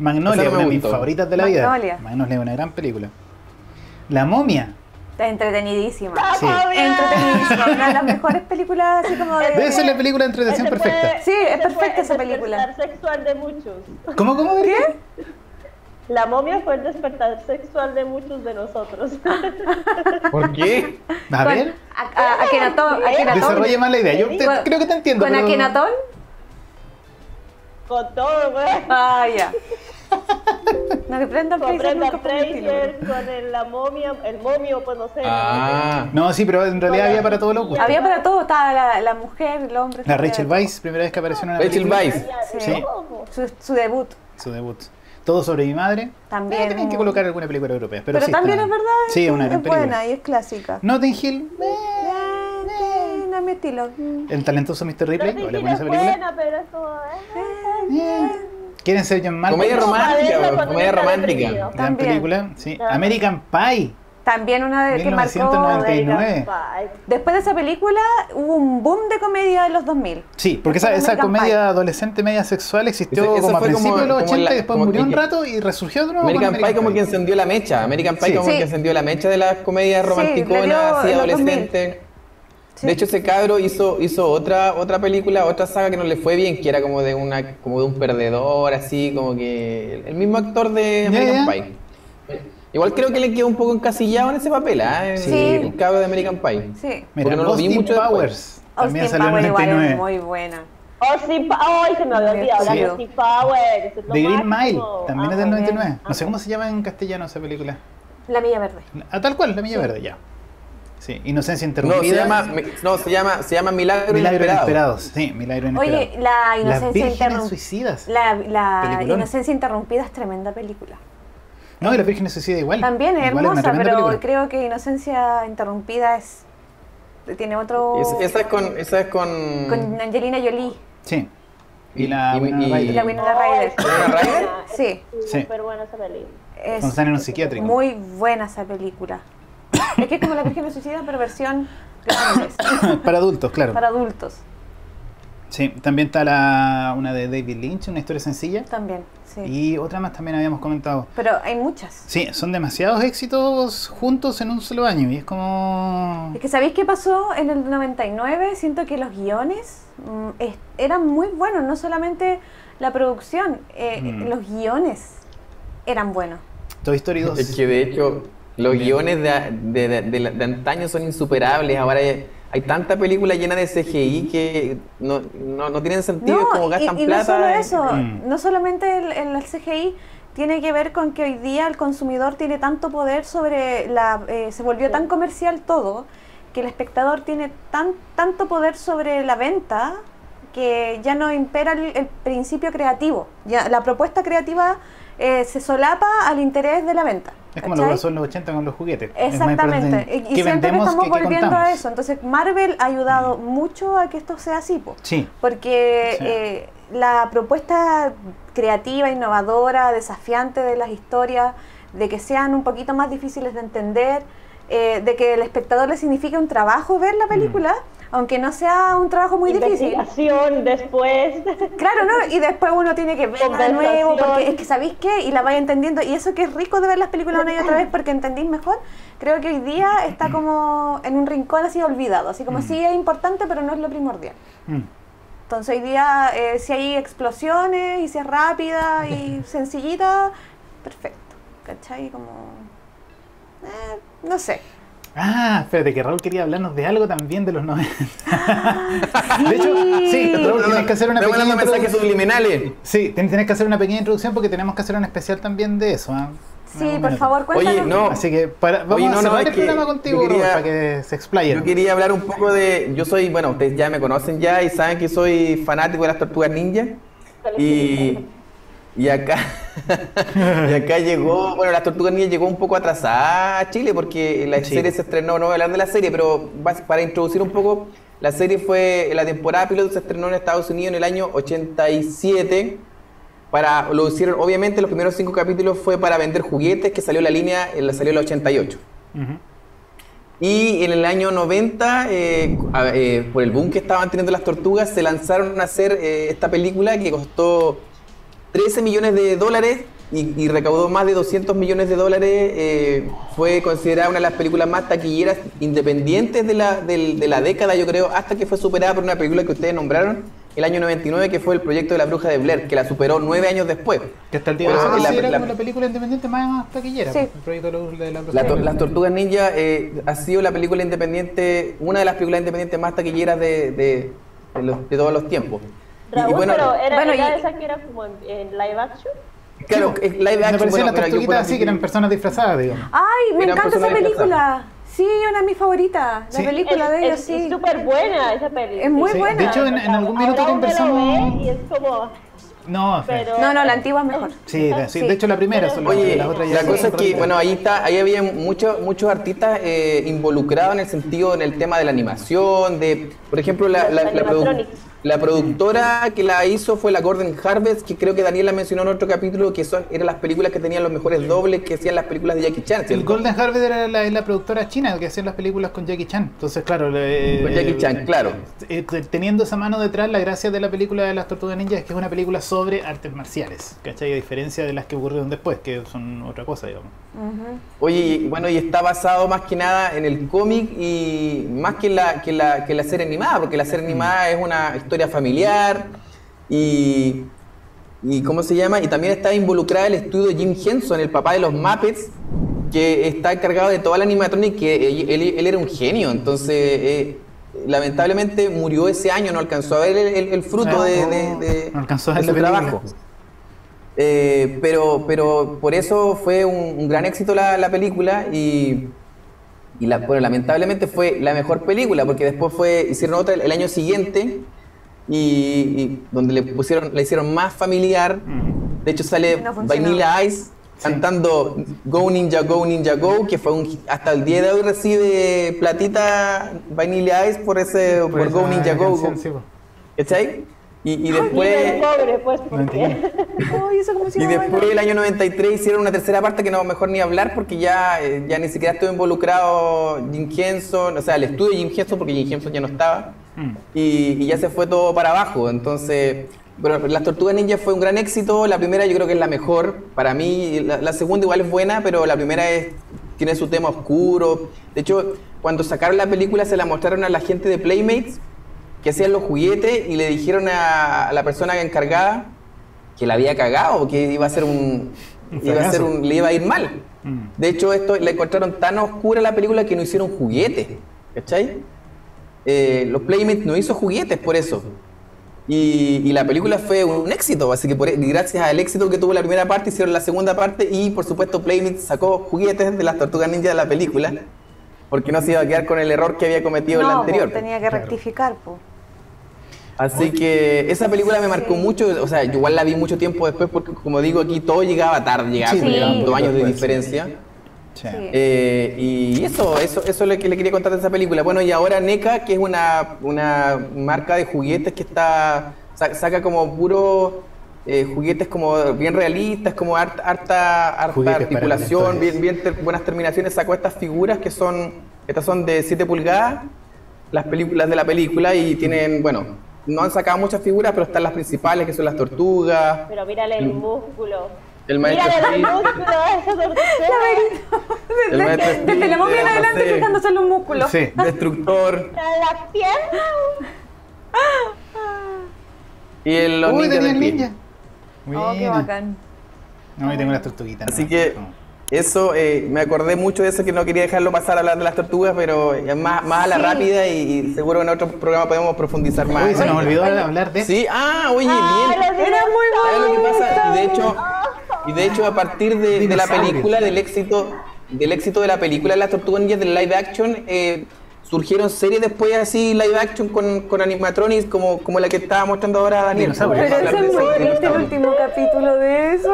Speaker 1: Magnolia,
Speaker 4: Esa no me
Speaker 1: una de mis
Speaker 4: gustó.
Speaker 1: favoritas de la vida.
Speaker 2: Magnolia.
Speaker 1: Magnolia es una gran película. La momia.
Speaker 2: Está entretenidísima.
Speaker 1: Sí.
Speaker 2: Entretenidísima. Una de las mejores películas así como de...
Speaker 1: Debe ser la película de entretención
Speaker 2: Este
Speaker 3: Ese fue-
Speaker 1: perfecta.
Speaker 2: Sí, es
Speaker 3: ese fue
Speaker 2: perfecta esa
Speaker 3: el
Speaker 2: película.
Speaker 3: despertar sexual de muchos.
Speaker 1: ¿Cómo, cómo? ¿Qué?
Speaker 3: La momia fue el despertar sexual de muchos de nosotros.
Speaker 4: ¿Por qué?
Speaker 1: A
Speaker 2: Con
Speaker 1: ver,
Speaker 2: A- a- Akenatón. Akenatón.
Speaker 1: desarrolle más la idea. Yo te-
Speaker 2: Con-
Speaker 1: creo que te entiendo.
Speaker 2: ¿Con
Speaker 1: pero-
Speaker 2: Akenatón?
Speaker 3: Con todo, güey.
Speaker 2: Ah, ya. No, que Brendan
Speaker 3: Con
Speaker 2: Fraser
Speaker 3: Brenda
Speaker 2: nunca fue un
Speaker 3: Fraser,
Speaker 2: estilo.
Speaker 3: con el- la momia, el momio, pues no sé.
Speaker 4: Ah.
Speaker 1: No, sí, pero en realidad había para todos los gustos.
Speaker 2: Había para todo, estaba la, la mujer, el hombre.
Speaker 1: La
Speaker 2: había
Speaker 1: Rachel
Speaker 2: de
Speaker 1: Weisz, primera vez que apareció en una
Speaker 4: Rachel
Speaker 1: película.
Speaker 4: Weisz.
Speaker 1: Sí.
Speaker 2: todo. Su, su debut
Speaker 1: Su debut. Todo sobre mi madre.
Speaker 2: También.
Speaker 1: Eh, tenían que colocar alguna película europea. Pero,
Speaker 2: Pero,
Speaker 1: sí,
Speaker 2: también
Speaker 1: está-
Speaker 2: es verdad.
Speaker 1: Sí, es una gran
Speaker 2: es buena
Speaker 1: película.
Speaker 2: y es clásica.
Speaker 1: Notting Hill. eh,
Speaker 2: Eh, No es mi estilo. Mm.
Speaker 1: El talentoso Mr.
Speaker 3: No
Speaker 1: Ripley.
Speaker 3: sé si
Speaker 1: hola,
Speaker 3: era
Speaker 1: buena esa película.
Speaker 3: buena, pero es como. eh,
Speaker 1: Eh, ¿Quieren ser John Malkovich?
Speaker 4: Comedia
Speaker 3: Para verla
Speaker 4: romántica,
Speaker 3: cuando
Speaker 4: comedia
Speaker 3: uno está
Speaker 4: romántica.
Speaker 3: deprimido.
Speaker 1: Gran
Speaker 2: También.
Speaker 1: película, sí.
Speaker 3: Ah.
Speaker 1: American Pie.
Speaker 2: También una de que marcó.
Speaker 1: 1990.
Speaker 3: eh,
Speaker 1: 99.
Speaker 3: American Pie.
Speaker 2: Después de esa película hubo un boom de comedia de los 2000.
Speaker 1: Sí, porque esa, esa
Speaker 2: American
Speaker 1: comedia
Speaker 2: Pie.
Speaker 1: adolescente media sexual existió
Speaker 4: Esa- esa
Speaker 1: como a
Speaker 4: fue como-
Speaker 1: principios de los
Speaker 4: como
Speaker 1: 80
Speaker 4: la-
Speaker 1: y después
Speaker 4: como
Speaker 1: murió un
Speaker 4: que-
Speaker 1: rato y resurgió de nuevo. con
Speaker 4: American Pie como que encendió la mecha. American Pie
Speaker 1: Sí.
Speaker 4: como
Speaker 2: Sí.
Speaker 4: que encendió la mecha de las comedias
Speaker 2: Sí, le dio
Speaker 4: romanticonas, así
Speaker 2: en los 2000.
Speaker 4: adolescentes.
Speaker 2: Sí.
Speaker 4: De hecho, ese cabro hizo, hizo otra, otra película, otra saga que no le fue bien, que era como de una, como de un perdedor, así, como que. El mismo actor de
Speaker 1: Ya,
Speaker 4: American
Speaker 1: ya.
Speaker 4: Pie. Igual creo que le quedó un poco encasillado en ese papel, ¿ah? El-
Speaker 1: Sí.
Speaker 4: El cabro de American Pie.
Speaker 2: Sí.
Speaker 1: Mira,
Speaker 4: porque no lo vi
Speaker 1: Austin
Speaker 4: mucho después.
Speaker 1: Powers. También
Speaker 2: Austin
Speaker 1: salió en
Speaker 2: Power igual es
Speaker 1: 99.
Speaker 2: muy buena.
Speaker 3: Austin Oh, Pa- Ay, se me había olvidado.
Speaker 1: Sí.
Speaker 3: la Austin Powers. es lo
Speaker 1: The Green Mile.
Speaker 3: máximo.
Speaker 1: También
Speaker 3: Ah,
Speaker 1: es del
Speaker 3: muy
Speaker 1: 99.
Speaker 3: bien.
Speaker 1: No sé cómo se llama en castellano esa película.
Speaker 2: La Milla Verde.
Speaker 1: A tal cual, La Milla Verde, ya. Sí, Inocencia
Speaker 4: No, se
Speaker 1: Interrumpida.
Speaker 4: llama, mi- no, se llama, se llama Milagro,
Speaker 1: Milagro
Speaker 4: Inesperado.
Speaker 1: Inesperados. Sí, Milagro Inesperado.
Speaker 2: Oye, la
Speaker 1: Las
Speaker 2: Inocencia
Speaker 1: Vírgenes
Speaker 2: Interrumpida.
Speaker 1: Suicidas.
Speaker 2: La, la
Speaker 1: Peliculón.
Speaker 2: Inocencia Interrumpida es tremenda película.
Speaker 1: No, y Las Vírgenes Suicidas igual.
Speaker 2: También es
Speaker 1: Igual una
Speaker 2: hermosa,
Speaker 1: tremenda
Speaker 2: pero
Speaker 1: película.
Speaker 2: creo que Inocencia Interrumpida es tiene otro...
Speaker 4: Es- esa es con. Esa es con.
Speaker 2: Con Angelina Jolie
Speaker 1: Sí. Y la Winona
Speaker 2: y
Speaker 1: Ryder.
Speaker 2: la Winona Ryder.
Speaker 4: ¿Winona Ryder?
Speaker 2: Sí.
Speaker 3: Es
Speaker 1: Sí.
Speaker 3: súper buena esa película.
Speaker 2: Es
Speaker 1: Cuando están en un psiquiátrico.
Speaker 2: muy buena esa película. es que es como La Virgen Suicida, pero versión grandes,
Speaker 1: Para adultos, claro.
Speaker 2: para adultos
Speaker 1: Sí, también está la, una de David Lynch, una historia sencilla.
Speaker 2: también. Sí.
Speaker 1: Y otra más también habíamos comentado.
Speaker 2: Pero hay muchas.
Speaker 1: Sí, son demasiados éxitos juntos en un solo año. Y es como.
Speaker 2: Es que ¿sabéis qué pasó en el 99? Siento que los guiones mm, es- eran muy buenos, no solamente la producción, eh,
Speaker 1: Mm.
Speaker 2: los guiones eran buenos.
Speaker 1: Toy Story 2.
Speaker 4: Es que de hecho, los guiones de, de- de- de la- de antaño son insuperables. Ahora hay, hay tanta película llena de CGI que no, no, no tienen sentido, es como gastan
Speaker 2: y, y
Speaker 4: plata.
Speaker 2: no solo eso,
Speaker 1: Mm.
Speaker 2: no solamente el, el CGI tiene que ver con que hoy día el consumidor tiene tanto poder sobre la... eh, se volvió tan comercial todo, que el espectador tiene tan tanto poder sobre la venta que ya no impera el, el principio creativo. Ya, la propuesta creativa eh, se solapa al interés de la venta.
Speaker 1: Es como lo que
Speaker 2: ¿cachai?
Speaker 1: pasó en los 80 con los juguetes. Es más
Speaker 2: Exactamente.
Speaker 1: importante
Speaker 2: Y, y
Speaker 1: qué
Speaker 2: siento que estamos
Speaker 1: qué- qué
Speaker 2: volviendo a
Speaker 1: contamos. Mm.
Speaker 2: eso. Entonces, Marvel ha ayudado mucho a que esto sea así, po.
Speaker 1: Sí.
Speaker 2: porque
Speaker 1: Sí.
Speaker 2: eh, la propuesta creativa, innovadora, desafiante de las historias, de que sean un poquito más difíciles de entender, eh, de que el espectador le signifique un trabajo ver
Speaker 1: Mm.
Speaker 2: la película, aunque no sea un trabajo muy difícil.
Speaker 3: Investigación después.
Speaker 2: Claro, ¿no? Y después uno tiene que verla de nuevo, porque es que sabéis qué, y la vais entendiendo. Y eso que es rico de ver las películas una y otra vez porque entendís mejor, creo que hoy día está como en un rincón así olvidado. Así como
Speaker 1: Mm.
Speaker 2: sí es importante, pero no es lo primordial.
Speaker 1: Mm.
Speaker 2: Entonces hoy día, eh, si hay explosiones y si es rápida y sencillita, perfecto. ¿Cachai? Como. eh, no sé.
Speaker 1: Ah, espérate, que Raúl quería hablarnos de algo también de los 90.
Speaker 2: Ah,
Speaker 1: De hecho, sí,
Speaker 4: Estamos
Speaker 1: Raúl, tienes que hacer una
Speaker 4: estamos
Speaker 1: pequeña
Speaker 4: mandando mensajes
Speaker 1: introducción.
Speaker 4: subliminales.
Speaker 1: Sí, ten- tenés que hacer una pequeña introducción porque tenemos que hacer un especial también de eso. ¿ah? En
Speaker 2: Sí,
Speaker 1: algún
Speaker 2: por
Speaker 1: minuto.
Speaker 2: favor,
Speaker 4: Oye,
Speaker 2: cuéntanos.
Speaker 4: no,
Speaker 1: Así que para, vamos
Speaker 4: Oye, no,
Speaker 1: a
Speaker 4: no,
Speaker 1: cerrar
Speaker 4: es
Speaker 1: el
Speaker 4: que
Speaker 1: programa contigo,
Speaker 4: yo quería-
Speaker 1: Raúl, para que se explayen.
Speaker 4: Yo quería hablar un poco de. Yo soy, bueno, ustedes ya me conocen ya y saben que soy fanático de las tortugas ninja. Y, y acá y acá llegó, bueno, las tortugas ninja llegó un poco atrasada a Chile porque la
Speaker 1: Sí.
Speaker 4: serie se estrenó, no voy a hablar de la serie, pero bas- para introducir un poco, la serie fue, la temporada piloto se estrenó en Estados Unidos en el año 87. Para, lo hicieron, obviamente, los primeros cinco capítulos fue para vender juguetes, que salió la línea, eh, salió el 88.
Speaker 1: Ujú.
Speaker 4: Y en el año 90, eh, a- eh, por el boom que estaban teniendo las tortugas, se lanzaron a hacer eh, esta película que costó 13 millones de dólares y, y recaudó más de 200 millones de dólares. eh, fue considerada una de las películas más taquilleras independientes de la, del- de la década, yo creo, hasta que fue superada por una película que ustedes nombraron el año 99, que fue el proyecto de la bruja de Blair, que la superó nueve años después.
Speaker 1: Que hasta el día de
Speaker 4: Por
Speaker 1: hoy
Speaker 4: eso
Speaker 1: se
Speaker 4: que la-
Speaker 1: considera
Speaker 4: la-
Speaker 1: como la película independiente más taquillera. pues,
Speaker 2: Sí.
Speaker 1: El proyecto de la- de la
Speaker 4: La to-
Speaker 1: producción.
Speaker 4: las Tortugas Ninja eh, ha sido la película independiente, una de las películas independientes más taquilleras de, de- de los- de todos los tiempos. Y-
Speaker 3: Raúl,
Speaker 4: y bueno,
Speaker 3: pero era,
Speaker 2: Bueno,
Speaker 3: era
Speaker 2: y-
Speaker 3: esa que era como en, en live action.
Speaker 4: claro, es live
Speaker 1: Me
Speaker 4: action,
Speaker 1: parecían
Speaker 4: bueno,
Speaker 1: las
Speaker 4: pero yo
Speaker 1: tortuguitas
Speaker 4: puedo
Speaker 1: así, que eran
Speaker 4: admitir-
Speaker 1: personas disfrazadas, digamos.
Speaker 2: ¡Ay, me
Speaker 4: Eran
Speaker 2: encanta esa
Speaker 4: personas
Speaker 2: película! Sí, una de mis favoritas. La
Speaker 1: Sí.
Speaker 2: película
Speaker 3: Es-
Speaker 2: de ellos,
Speaker 3: es-
Speaker 2: sí.
Speaker 3: Es súper buena esa película.
Speaker 2: Es muy Sí, buena.
Speaker 1: de hecho, en- en algún minuto
Speaker 3: Ahora uno la
Speaker 1: conversamos-
Speaker 3: ve Y es como,
Speaker 1: No,
Speaker 3: pero...
Speaker 2: No, no, la antigua es mejor.
Speaker 1: sí, de- sí,
Speaker 2: Sí.
Speaker 1: de hecho la primera, son las-
Speaker 4: Oye,
Speaker 1: las otras ya
Speaker 4: la
Speaker 1: son
Speaker 4: cosa es que,
Speaker 1: otras.
Speaker 4: bueno, ahí está, ahí había muchos muchos artistas eh, involucrados en el sentido, en el tema de la animación, de, por ejemplo, la, la- la produ-
Speaker 3: Animatronics.
Speaker 4: la productora que la hizo fue la Gordon Harvest, que creo que Daniel la mencionó en otro capítulo, que son, eran las películas que tenían los mejores dobles que hacían las películas de Jackie Chan.
Speaker 1: El
Speaker 4: ¿cierto?
Speaker 1: Golden Harvest era la, la productora china que hacía las películas con Jackie Chan. Entonces, claro. le-
Speaker 4: Con Jackie Chan, claro.
Speaker 1: eh, te- teniendo esa mano detrás, la gracia de la película de las Tortugas Ninjas es que es una película sobre artes marciales. ¿Cachai? A diferencia de las que ocurrieron después, que son otra cosa, digamos.
Speaker 2: Ujú.
Speaker 4: Oye, y bueno, y está basado más que nada en el cómic y más que en la, que en la, que en la serie animada, porque la serie animada es una historia familiar y, y ¿cómo se llama? Y también está involucrada el estudio Jim Henson, el papá de los Muppets, que está encargado de toda la animatronic, que él, él- él era un genio, entonces eh, lamentablemente murió ese año, no alcanzó a ver el, el- el fruto
Speaker 1: Ah,
Speaker 4: de,
Speaker 1: no,
Speaker 4: de- de-
Speaker 1: no alcanzó a
Speaker 4: de
Speaker 1: ver
Speaker 4: su
Speaker 1: la película.
Speaker 4: trabajo. Eh, pero, pero por eso fue un, un gran éxito la, la película y, y la, bueno, lamentablemente fue la mejor película porque después fue, hicieron otra el, el año siguiente y, y donde le pusieron, la hicieron más familiar.
Speaker 1: Mm.
Speaker 4: De hecho sale
Speaker 2: No funcionó.
Speaker 4: Vanilla Ice cantando Go Ninja Go Ninja Go que fue un hit. hasta el día de hoy recibe platita Vanilla Ice por ese por,
Speaker 1: Por
Speaker 4: Go
Speaker 1: esa
Speaker 4: Ninja Go,
Speaker 1: canción,
Speaker 4: Go.
Speaker 1: Pues, ah, sí, pues. po.
Speaker 4: ¿Cachai? Y, y
Speaker 3: Vive el
Speaker 4: después
Speaker 3: pobre, pues,
Speaker 1: No
Speaker 3: porque...
Speaker 1: entendí.
Speaker 2: Ay, eso como si
Speaker 4: Y
Speaker 2: no
Speaker 4: después
Speaker 2: baila.
Speaker 4: del año 93 hicieron una tercera parte que no mejor ni hablar porque ya, eh, ya ni siquiera estuvo involucrado Jim Henson, o sea, el estudio de Jim Henson porque Jim Henson ya no estaba
Speaker 1: Mm.
Speaker 4: y, y ya se fue todo para abajo. Entonces, pero Las Tortugas Ninja fue un gran éxito, la primera yo creo que es la mejor, para mí la, la segunda igual es buena, pero la primera es tiene su tema oscuro. De hecho, cuando sacaron la película se la mostraron a la gente de Playmates que hacían los juguetes y le dijeron a, a la persona encargada que la había cagado, que iba a ser un,
Speaker 1: Un
Speaker 4: iba a ser
Speaker 1: fracaso.
Speaker 4: un, le iba a ir mal.
Speaker 1: Mm.
Speaker 4: De hecho, esto la encontraron tan oscura la película que no hicieron juguetes, ¿cachai? Eh, los Playmates no hizo juguetes por eso. Y, y la película fue un éxito, así que por, y gracias al éxito que tuvo la primera parte, hicieron la segunda parte y por supuesto Playmates sacó juguetes de las tortugas ninja de la película, porque no se iba a quedar con el error que había cometido en la
Speaker 2: No, pues, po,
Speaker 4: anterior.
Speaker 2: tenía que
Speaker 1: Claro.
Speaker 2: rectificar, po.
Speaker 4: Así que esa película me marcó mucho, o sea, yo igual la vi mucho tiempo después porque como digo aquí todo llegaba tarde, llegaba
Speaker 1: Sí.
Speaker 4: con
Speaker 2: Sí.
Speaker 4: dos años de diferencia.
Speaker 1: Sí.
Speaker 4: Eh, y eso, eso, eso es lo que le quería contar de esa película. Bueno, y ahora NECA, que es una, una marca de juguetes que está sa- saca como puro eh, juguetes como bien realistas, como harta, harta, harta
Speaker 1: Juguetes para
Speaker 4: articulación,
Speaker 1: conectores.
Speaker 4: bien, bien ter- buenas terminaciones. Sacó estas figuras que son, estas son de 7 pulgadas, las películas de la película y tienen, bueno, no han sacado muchas figuras, pero están las principales que son las tortugas,
Speaker 3: Pero mírale el
Speaker 1: Mm.
Speaker 3: músculo.
Speaker 4: el maestro
Speaker 3: Mírale el
Speaker 4: Freeze.
Speaker 3: músculo a esa tortuga.
Speaker 2: Desde,
Speaker 4: El maestro
Speaker 2: desde la momia en
Speaker 4: Splinter,
Speaker 2: adelante
Speaker 4: no sé.
Speaker 2: fijándose en los músculos.
Speaker 1: Sí.
Speaker 4: Destructor
Speaker 3: A la pierna.
Speaker 4: y el los
Speaker 1: Uy,
Speaker 4: ninjas
Speaker 1: tenía
Speaker 4: del
Speaker 1: el
Speaker 4: pie.
Speaker 1: ninja.
Speaker 2: Oh, qué
Speaker 1: Buena.
Speaker 2: bacán.
Speaker 1: No, yo tengo las tortuguitas.
Speaker 4: Así
Speaker 1: ¿no?
Speaker 4: que
Speaker 1: Como-
Speaker 4: eso, eh, me acordé mucho de eso, que no quería dejarlo pasar a hablar de las tortugas, pero eh, más, más a la
Speaker 2: Sí.
Speaker 4: rápida y, y seguro en otro programa podemos profundizar más.
Speaker 1: Uy, se nos olvidó hablar de eso.
Speaker 4: Sí, ah, oye, bien.
Speaker 3: Era muy
Speaker 4: ¿Sabes lo que pasa? Y de hecho, y de hecho a partir de, de la
Speaker 1: Dinosaurios.
Speaker 4: película, del éxito del éxito de la película Las Tortugas Ninjas del live action, eh, surgieron series después así live action con, con animatronics como, como la que estaba mostrando ahora Daniel.
Speaker 1: Dinosaurios.
Speaker 2: Pero
Speaker 4: Hablar
Speaker 2: ese
Speaker 4: de
Speaker 2: es
Speaker 4: series
Speaker 2: muy
Speaker 4: de
Speaker 2: triste el
Speaker 4: dinosaurios.
Speaker 2: último capítulo de eso.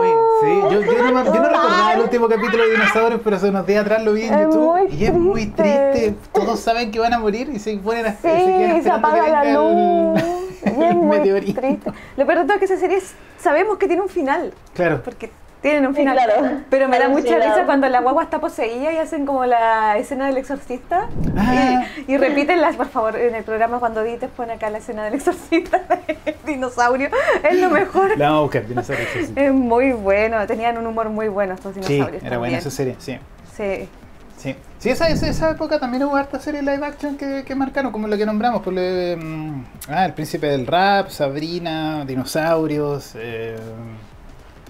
Speaker 1: Uy, sí, yo, yo no, me- yo no recordaba el último capítulo de Dinosaurios, pero hace unos días atrás lo vi en
Speaker 2: Es muy
Speaker 1: YouTube y es muy
Speaker 2: triste.
Speaker 1: triste. Todos saben que van a morir y se ponen a se quedan
Speaker 2: Sí, se
Speaker 1: esperando que
Speaker 2: apaga la
Speaker 1: venga el-
Speaker 2: luz. Y es
Speaker 1: el
Speaker 2: muy
Speaker 1: meteorito.
Speaker 2: triste. Lo peor de todo es que esa serie es- sabemos que tiene un final.
Speaker 1: Claro.
Speaker 2: Porque tienen un
Speaker 3: Sí,
Speaker 2: final.
Speaker 3: claro.
Speaker 2: Pero me da mucha
Speaker 3: Alucinado.
Speaker 2: risa cuando la guagua está poseída y hacen como la escena del exorcista.
Speaker 1: Ah.
Speaker 2: Y, y repiten las, por favor, en el programa cuando edites pon acá la escena del exorcista del dinosaurio. Es lo mejor.
Speaker 1: La vamos a buscar, Dinosaurios. sí, sí.
Speaker 2: Es muy bueno. Tenían un humor muy bueno estos
Speaker 1: Sí,
Speaker 2: dinosaurios.
Speaker 1: era buena
Speaker 2: también.
Speaker 1: esa serie, sí.
Speaker 2: Sí.
Speaker 1: Sí, sí esa, esa, esa época también hubo hartas series live action que, que marcaron, como lo que nombramos. Por, le- mm, ah, El Príncipe del Rap, Sabrina, Dinosaurios. eh,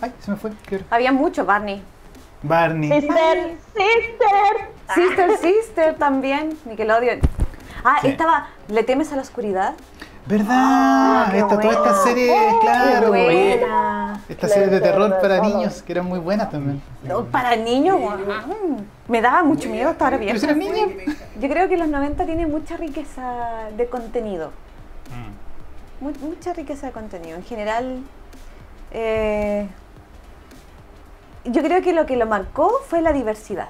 Speaker 1: ay, se me fue. ¿qué era?
Speaker 2: Había mucho Barney.
Speaker 1: Barney.
Speaker 3: Sister, sister.
Speaker 2: Sister, Sister también. Nickelodeon. Ah,
Speaker 1: Sí.
Speaker 2: estaba ¿Le temes a la oscuridad?
Speaker 1: ¿Verdad?
Speaker 2: Ah, qué
Speaker 1: Esta, todas
Speaker 2: buena. Oh,
Speaker 1: estas series, claro.
Speaker 2: Qué
Speaker 1: Estas
Speaker 2: buena.
Speaker 1: series de
Speaker 3: Claro,
Speaker 1: terror para
Speaker 3: claro.
Speaker 1: niños, que eran muy buenas también.
Speaker 2: No, Para niños, guau. me daba mucho miedo hasta ahora bien.
Speaker 1: Pero si eras niña.
Speaker 2: Yo creo que los 90 tienen mucha riqueza de contenido.
Speaker 1: Mm.
Speaker 2: Mu- mucha riqueza de contenido. En general, eh, yo creo que lo que lo marcó fue la diversidad,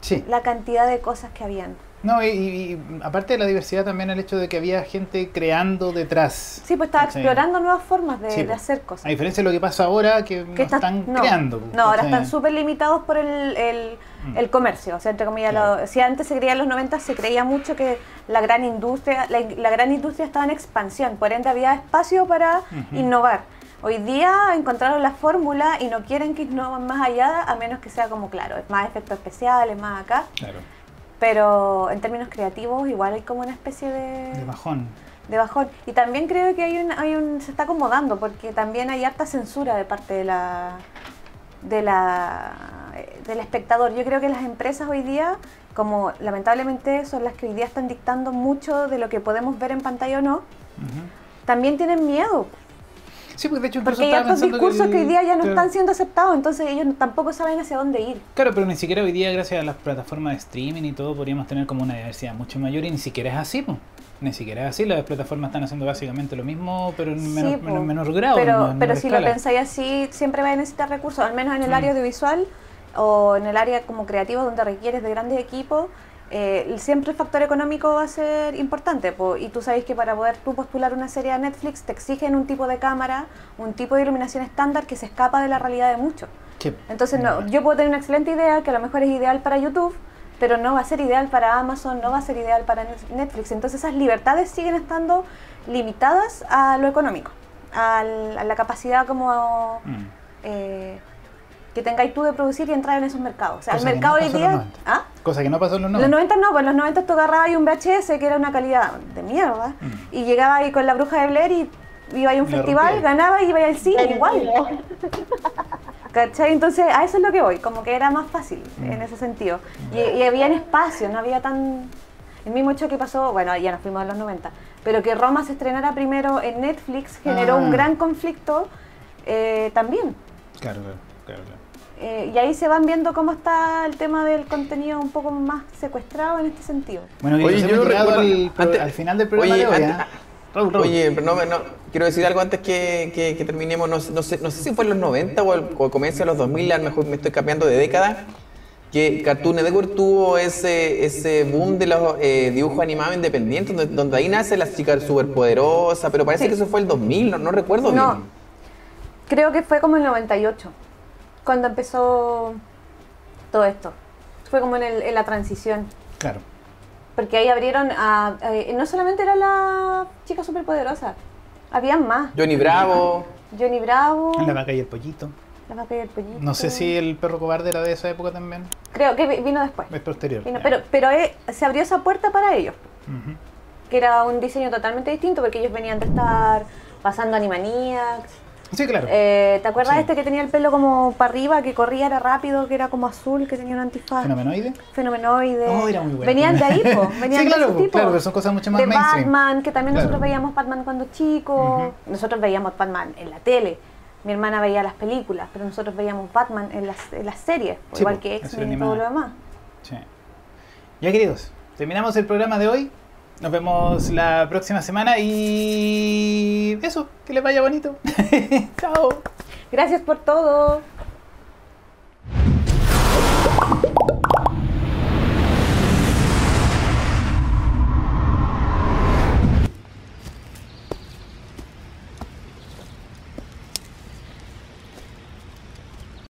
Speaker 1: Sí.
Speaker 2: la cantidad de cosas que habían.
Speaker 1: No, y, y- y aparte de la diversidad, también el hecho de que había gente creando detrás.
Speaker 2: Sí, pues estaba
Speaker 1: Sí.
Speaker 2: explorando nuevas formas de,
Speaker 1: Sí,
Speaker 2: de
Speaker 1: pues.
Speaker 2: hacer
Speaker 1: A
Speaker 2: cosas.
Speaker 1: diferencia de lo que pasa ahora, que, no
Speaker 2: Que está-
Speaker 1: están
Speaker 2: no,
Speaker 1: creando. pues,
Speaker 2: No, ahora
Speaker 1: ¿cachai?
Speaker 2: están súper limitados por el, el-
Speaker 1: Mm.
Speaker 2: el comercio. O sea, entre comillas,
Speaker 1: Claro.
Speaker 2: lo- si antes se creía en los 90, se creía mucho que la gran industria, la, in- la gran industria estaba en expansión, por ende había espacio para
Speaker 1: Ujú.
Speaker 2: innovar. Hoy día encontraron la fórmula y no quieren que innovan más allá, a menos que sea como, claro, es más efecto especial, es más acá.
Speaker 1: Claro.
Speaker 2: Pero en términos creativos, igual hay como una especie
Speaker 1: De bajón.
Speaker 2: de bajón. Y también creo que hay un, hay un, se está acomodando, porque también hay harta censura de parte de la, de la, del espectador. Yo creo que las empresas hoy día, como lamentablemente son las que hoy día están dictando mucho de lo que podemos ver en pantalla o no,
Speaker 1: Ujú.
Speaker 2: también tienen miedo,
Speaker 1: Sí, porque de hecho incluso
Speaker 2: porque hay
Speaker 1: estaba
Speaker 2: hartos
Speaker 1: pensando
Speaker 2: discursos que, hoy día ya no
Speaker 1: claro.
Speaker 2: están siendo aceptados, entonces ellos no- tampoco saben hacia dónde ir.
Speaker 1: Claro, pero ni siquiera hoy día, gracias a las plataformas de streaming y todo, podríamos tener como una diversidad mucho mayor y ni siquiera es así, po. Ni siquiera es así, las plataformas están haciendo básicamente lo mismo, pero en
Speaker 2: Sí,
Speaker 1: menos,
Speaker 2: po.
Speaker 1: menos- menor grado. en
Speaker 2: Pero,
Speaker 1: menor
Speaker 2: pero si lo
Speaker 1: escala.
Speaker 2: pensáis así, siempre vais a necesitar recursos, al menos en el
Speaker 1: Mm.
Speaker 2: área audiovisual o en el área como creativa donde requieres de grandes equipos, eh, siempre el factor económico va a ser importante. po, y tú sabes que para poder tú postular una serie a Netflix te exigen un tipo de cámara, un tipo de iluminación estándar que se escapa de la realidad de muchos.
Speaker 1: Sí.
Speaker 2: Entonces no,
Speaker 1: Verdad.
Speaker 2: yo puedo tener una excelente idea que a lo mejor es ideal para YouTube, pero no va a ser ideal para Amazon, no va a ser ideal para Net- Netflix. Entonces esas libertades siguen estando limitadas a lo económico, al- a la capacidad como
Speaker 1: Mm.
Speaker 2: eh, que tengáis tú de producir y entrar en esos mercados. O sea, el
Speaker 1: Cosa que
Speaker 2: mercado
Speaker 1: no
Speaker 2: hoy
Speaker 1: pasó en
Speaker 2: día...
Speaker 1: los 90.
Speaker 2: ¿Ah?
Speaker 1: Cosa que no pasó en los
Speaker 2: Los
Speaker 1: 90.
Speaker 2: 90 no, pues en los 90 tú agarrabas ahí un VHS que era una calidad de mierda
Speaker 1: Mm.
Speaker 2: y llegaba ahí con la bruja de Blair y iba ahí a un
Speaker 1: La
Speaker 2: festival,
Speaker 1: rompía.
Speaker 2: ganaba y iba ahí al cine igual.
Speaker 3: Igual.
Speaker 2: ¿Cachai? Entonces, a eso es lo que voy, como que era más fácil en ese sentido. Y, y había en espacio, no había tan... El mismo hecho que pasó, bueno, ya nos fuimos a los 90, pero que Roma se estrenara primero en Netflix generó
Speaker 1: Ah.
Speaker 2: un gran conflicto eh, también.
Speaker 1: Claro, claro, claro. claro.
Speaker 2: Eh, y ahí se van viendo cómo está el tema del contenido un poco más secuestrado en este sentido.
Speaker 1: Bueno, y
Speaker 4: Oye,
Speaker 1: nos
Speaker 4: yo
Speaker 1: hemos
Speaker 4: no
Speaker 1: llegado
Speaker 4: recuerdo-
Speaker 1: al, pro-
Speaker 4: antes-
Speaker 1: al final del programa
Speaker 4: Oye,
Speaker 1: de hoy.
Speaker 4: antes-
Speaker 1: ¿ah? Raúl, Raúl.
Speaker 4: Oye, pero no, me- no, quiero decir algo antes que, que- que terminemos. No, sé- no sé, no sé si fue en los 90 o, al- o comienzo de los 2000, a lo mejor me estoy cambiando de década. Que Cartoon Network tuvo ese, ese boom de los eh, dibujos animados independientes, donde, donde ahí nace las chicas superpoderosas, pero parece
Speaker 2: Sí.
Speaker 4: que eso fue el 2000, no, no recuerdo
Speaker 2: No.
Speaker 4: bien.
Speaker 2: Creo que fue como el 98, cuando empezó todo esto. Fue como en, el- en la transición.
Speaker 1: Claro.
Speaker 2: Porque ahí abrieron a... eh, no solamente era la chica superpoderosa, habían más.
Speaker 4: Johnny Bravo,
Speaker 2: Johnny Bravo,
Speaker 1: En la vaca y el pollito.
Speaker 2: la vaca y el pollito.
Speaker 1: No sé si el perro cobarde era de esa época también.
Speaker 2: Creo que vi- vino después.
Speaker 1: Es posterior.
Speaker 2: Vino-
Speaker 1: ya.
Speaker 2: pero pero eh, se abrió esa puerta para ellos,
Speaker 1: Ujú.
Speaker 2: que era un diseño totalmente distinto, porque ellos venían de estar pasando Animaniacs.
Speaker 1: Sí, claro.
Speaker 2: Eh, ¿Te acuerdas
Speaker 1: Sí.
Speaker 2: este que tenía el pelo como para arriba, que corría, era rápido, que era como azul, que tenía un antifaz?
Speaker 1: Fenomenoide.
Speaker 2: Fenomenoide.
Speaker 1: Oh, era muy bueno.
Speaker 2: Venían de ahí, po. Venían
Speaker 1: sí,
Speaker 2: de
Speaker 1: claro,
Speaker 2: ese tipo.
Speaker 1: claro, pero son cosas mucho más
Speaker 2: de
Speaker 1: mainstream.
Speaker 2: Batman, que también
Speaker 1: Claro.
Speaker 2: nosotros veíamos Batman cuando chicos.
Speaker 1: Ujú.
Speaker 2: Nosotros veíamos Batman en la tele. Mi hermana veía las películas, pero nosotros veíamos Batman en las, en las series,
Speaker 1: Sí,
Speaker 2: igual
Speaker 1: po,
Speaker 2: que
Speaker 1: la serie
Speaker 2: X-Men y todo lo
Speaker 1: animada.
Speaker 2: demás.
Speaker 1: Sí. Ya queridos, terminamos el programa de hoy. Nos vemos la próxima semana y eso, que les vaya bonito. Chao.
Speaker 2: Gracias por todo.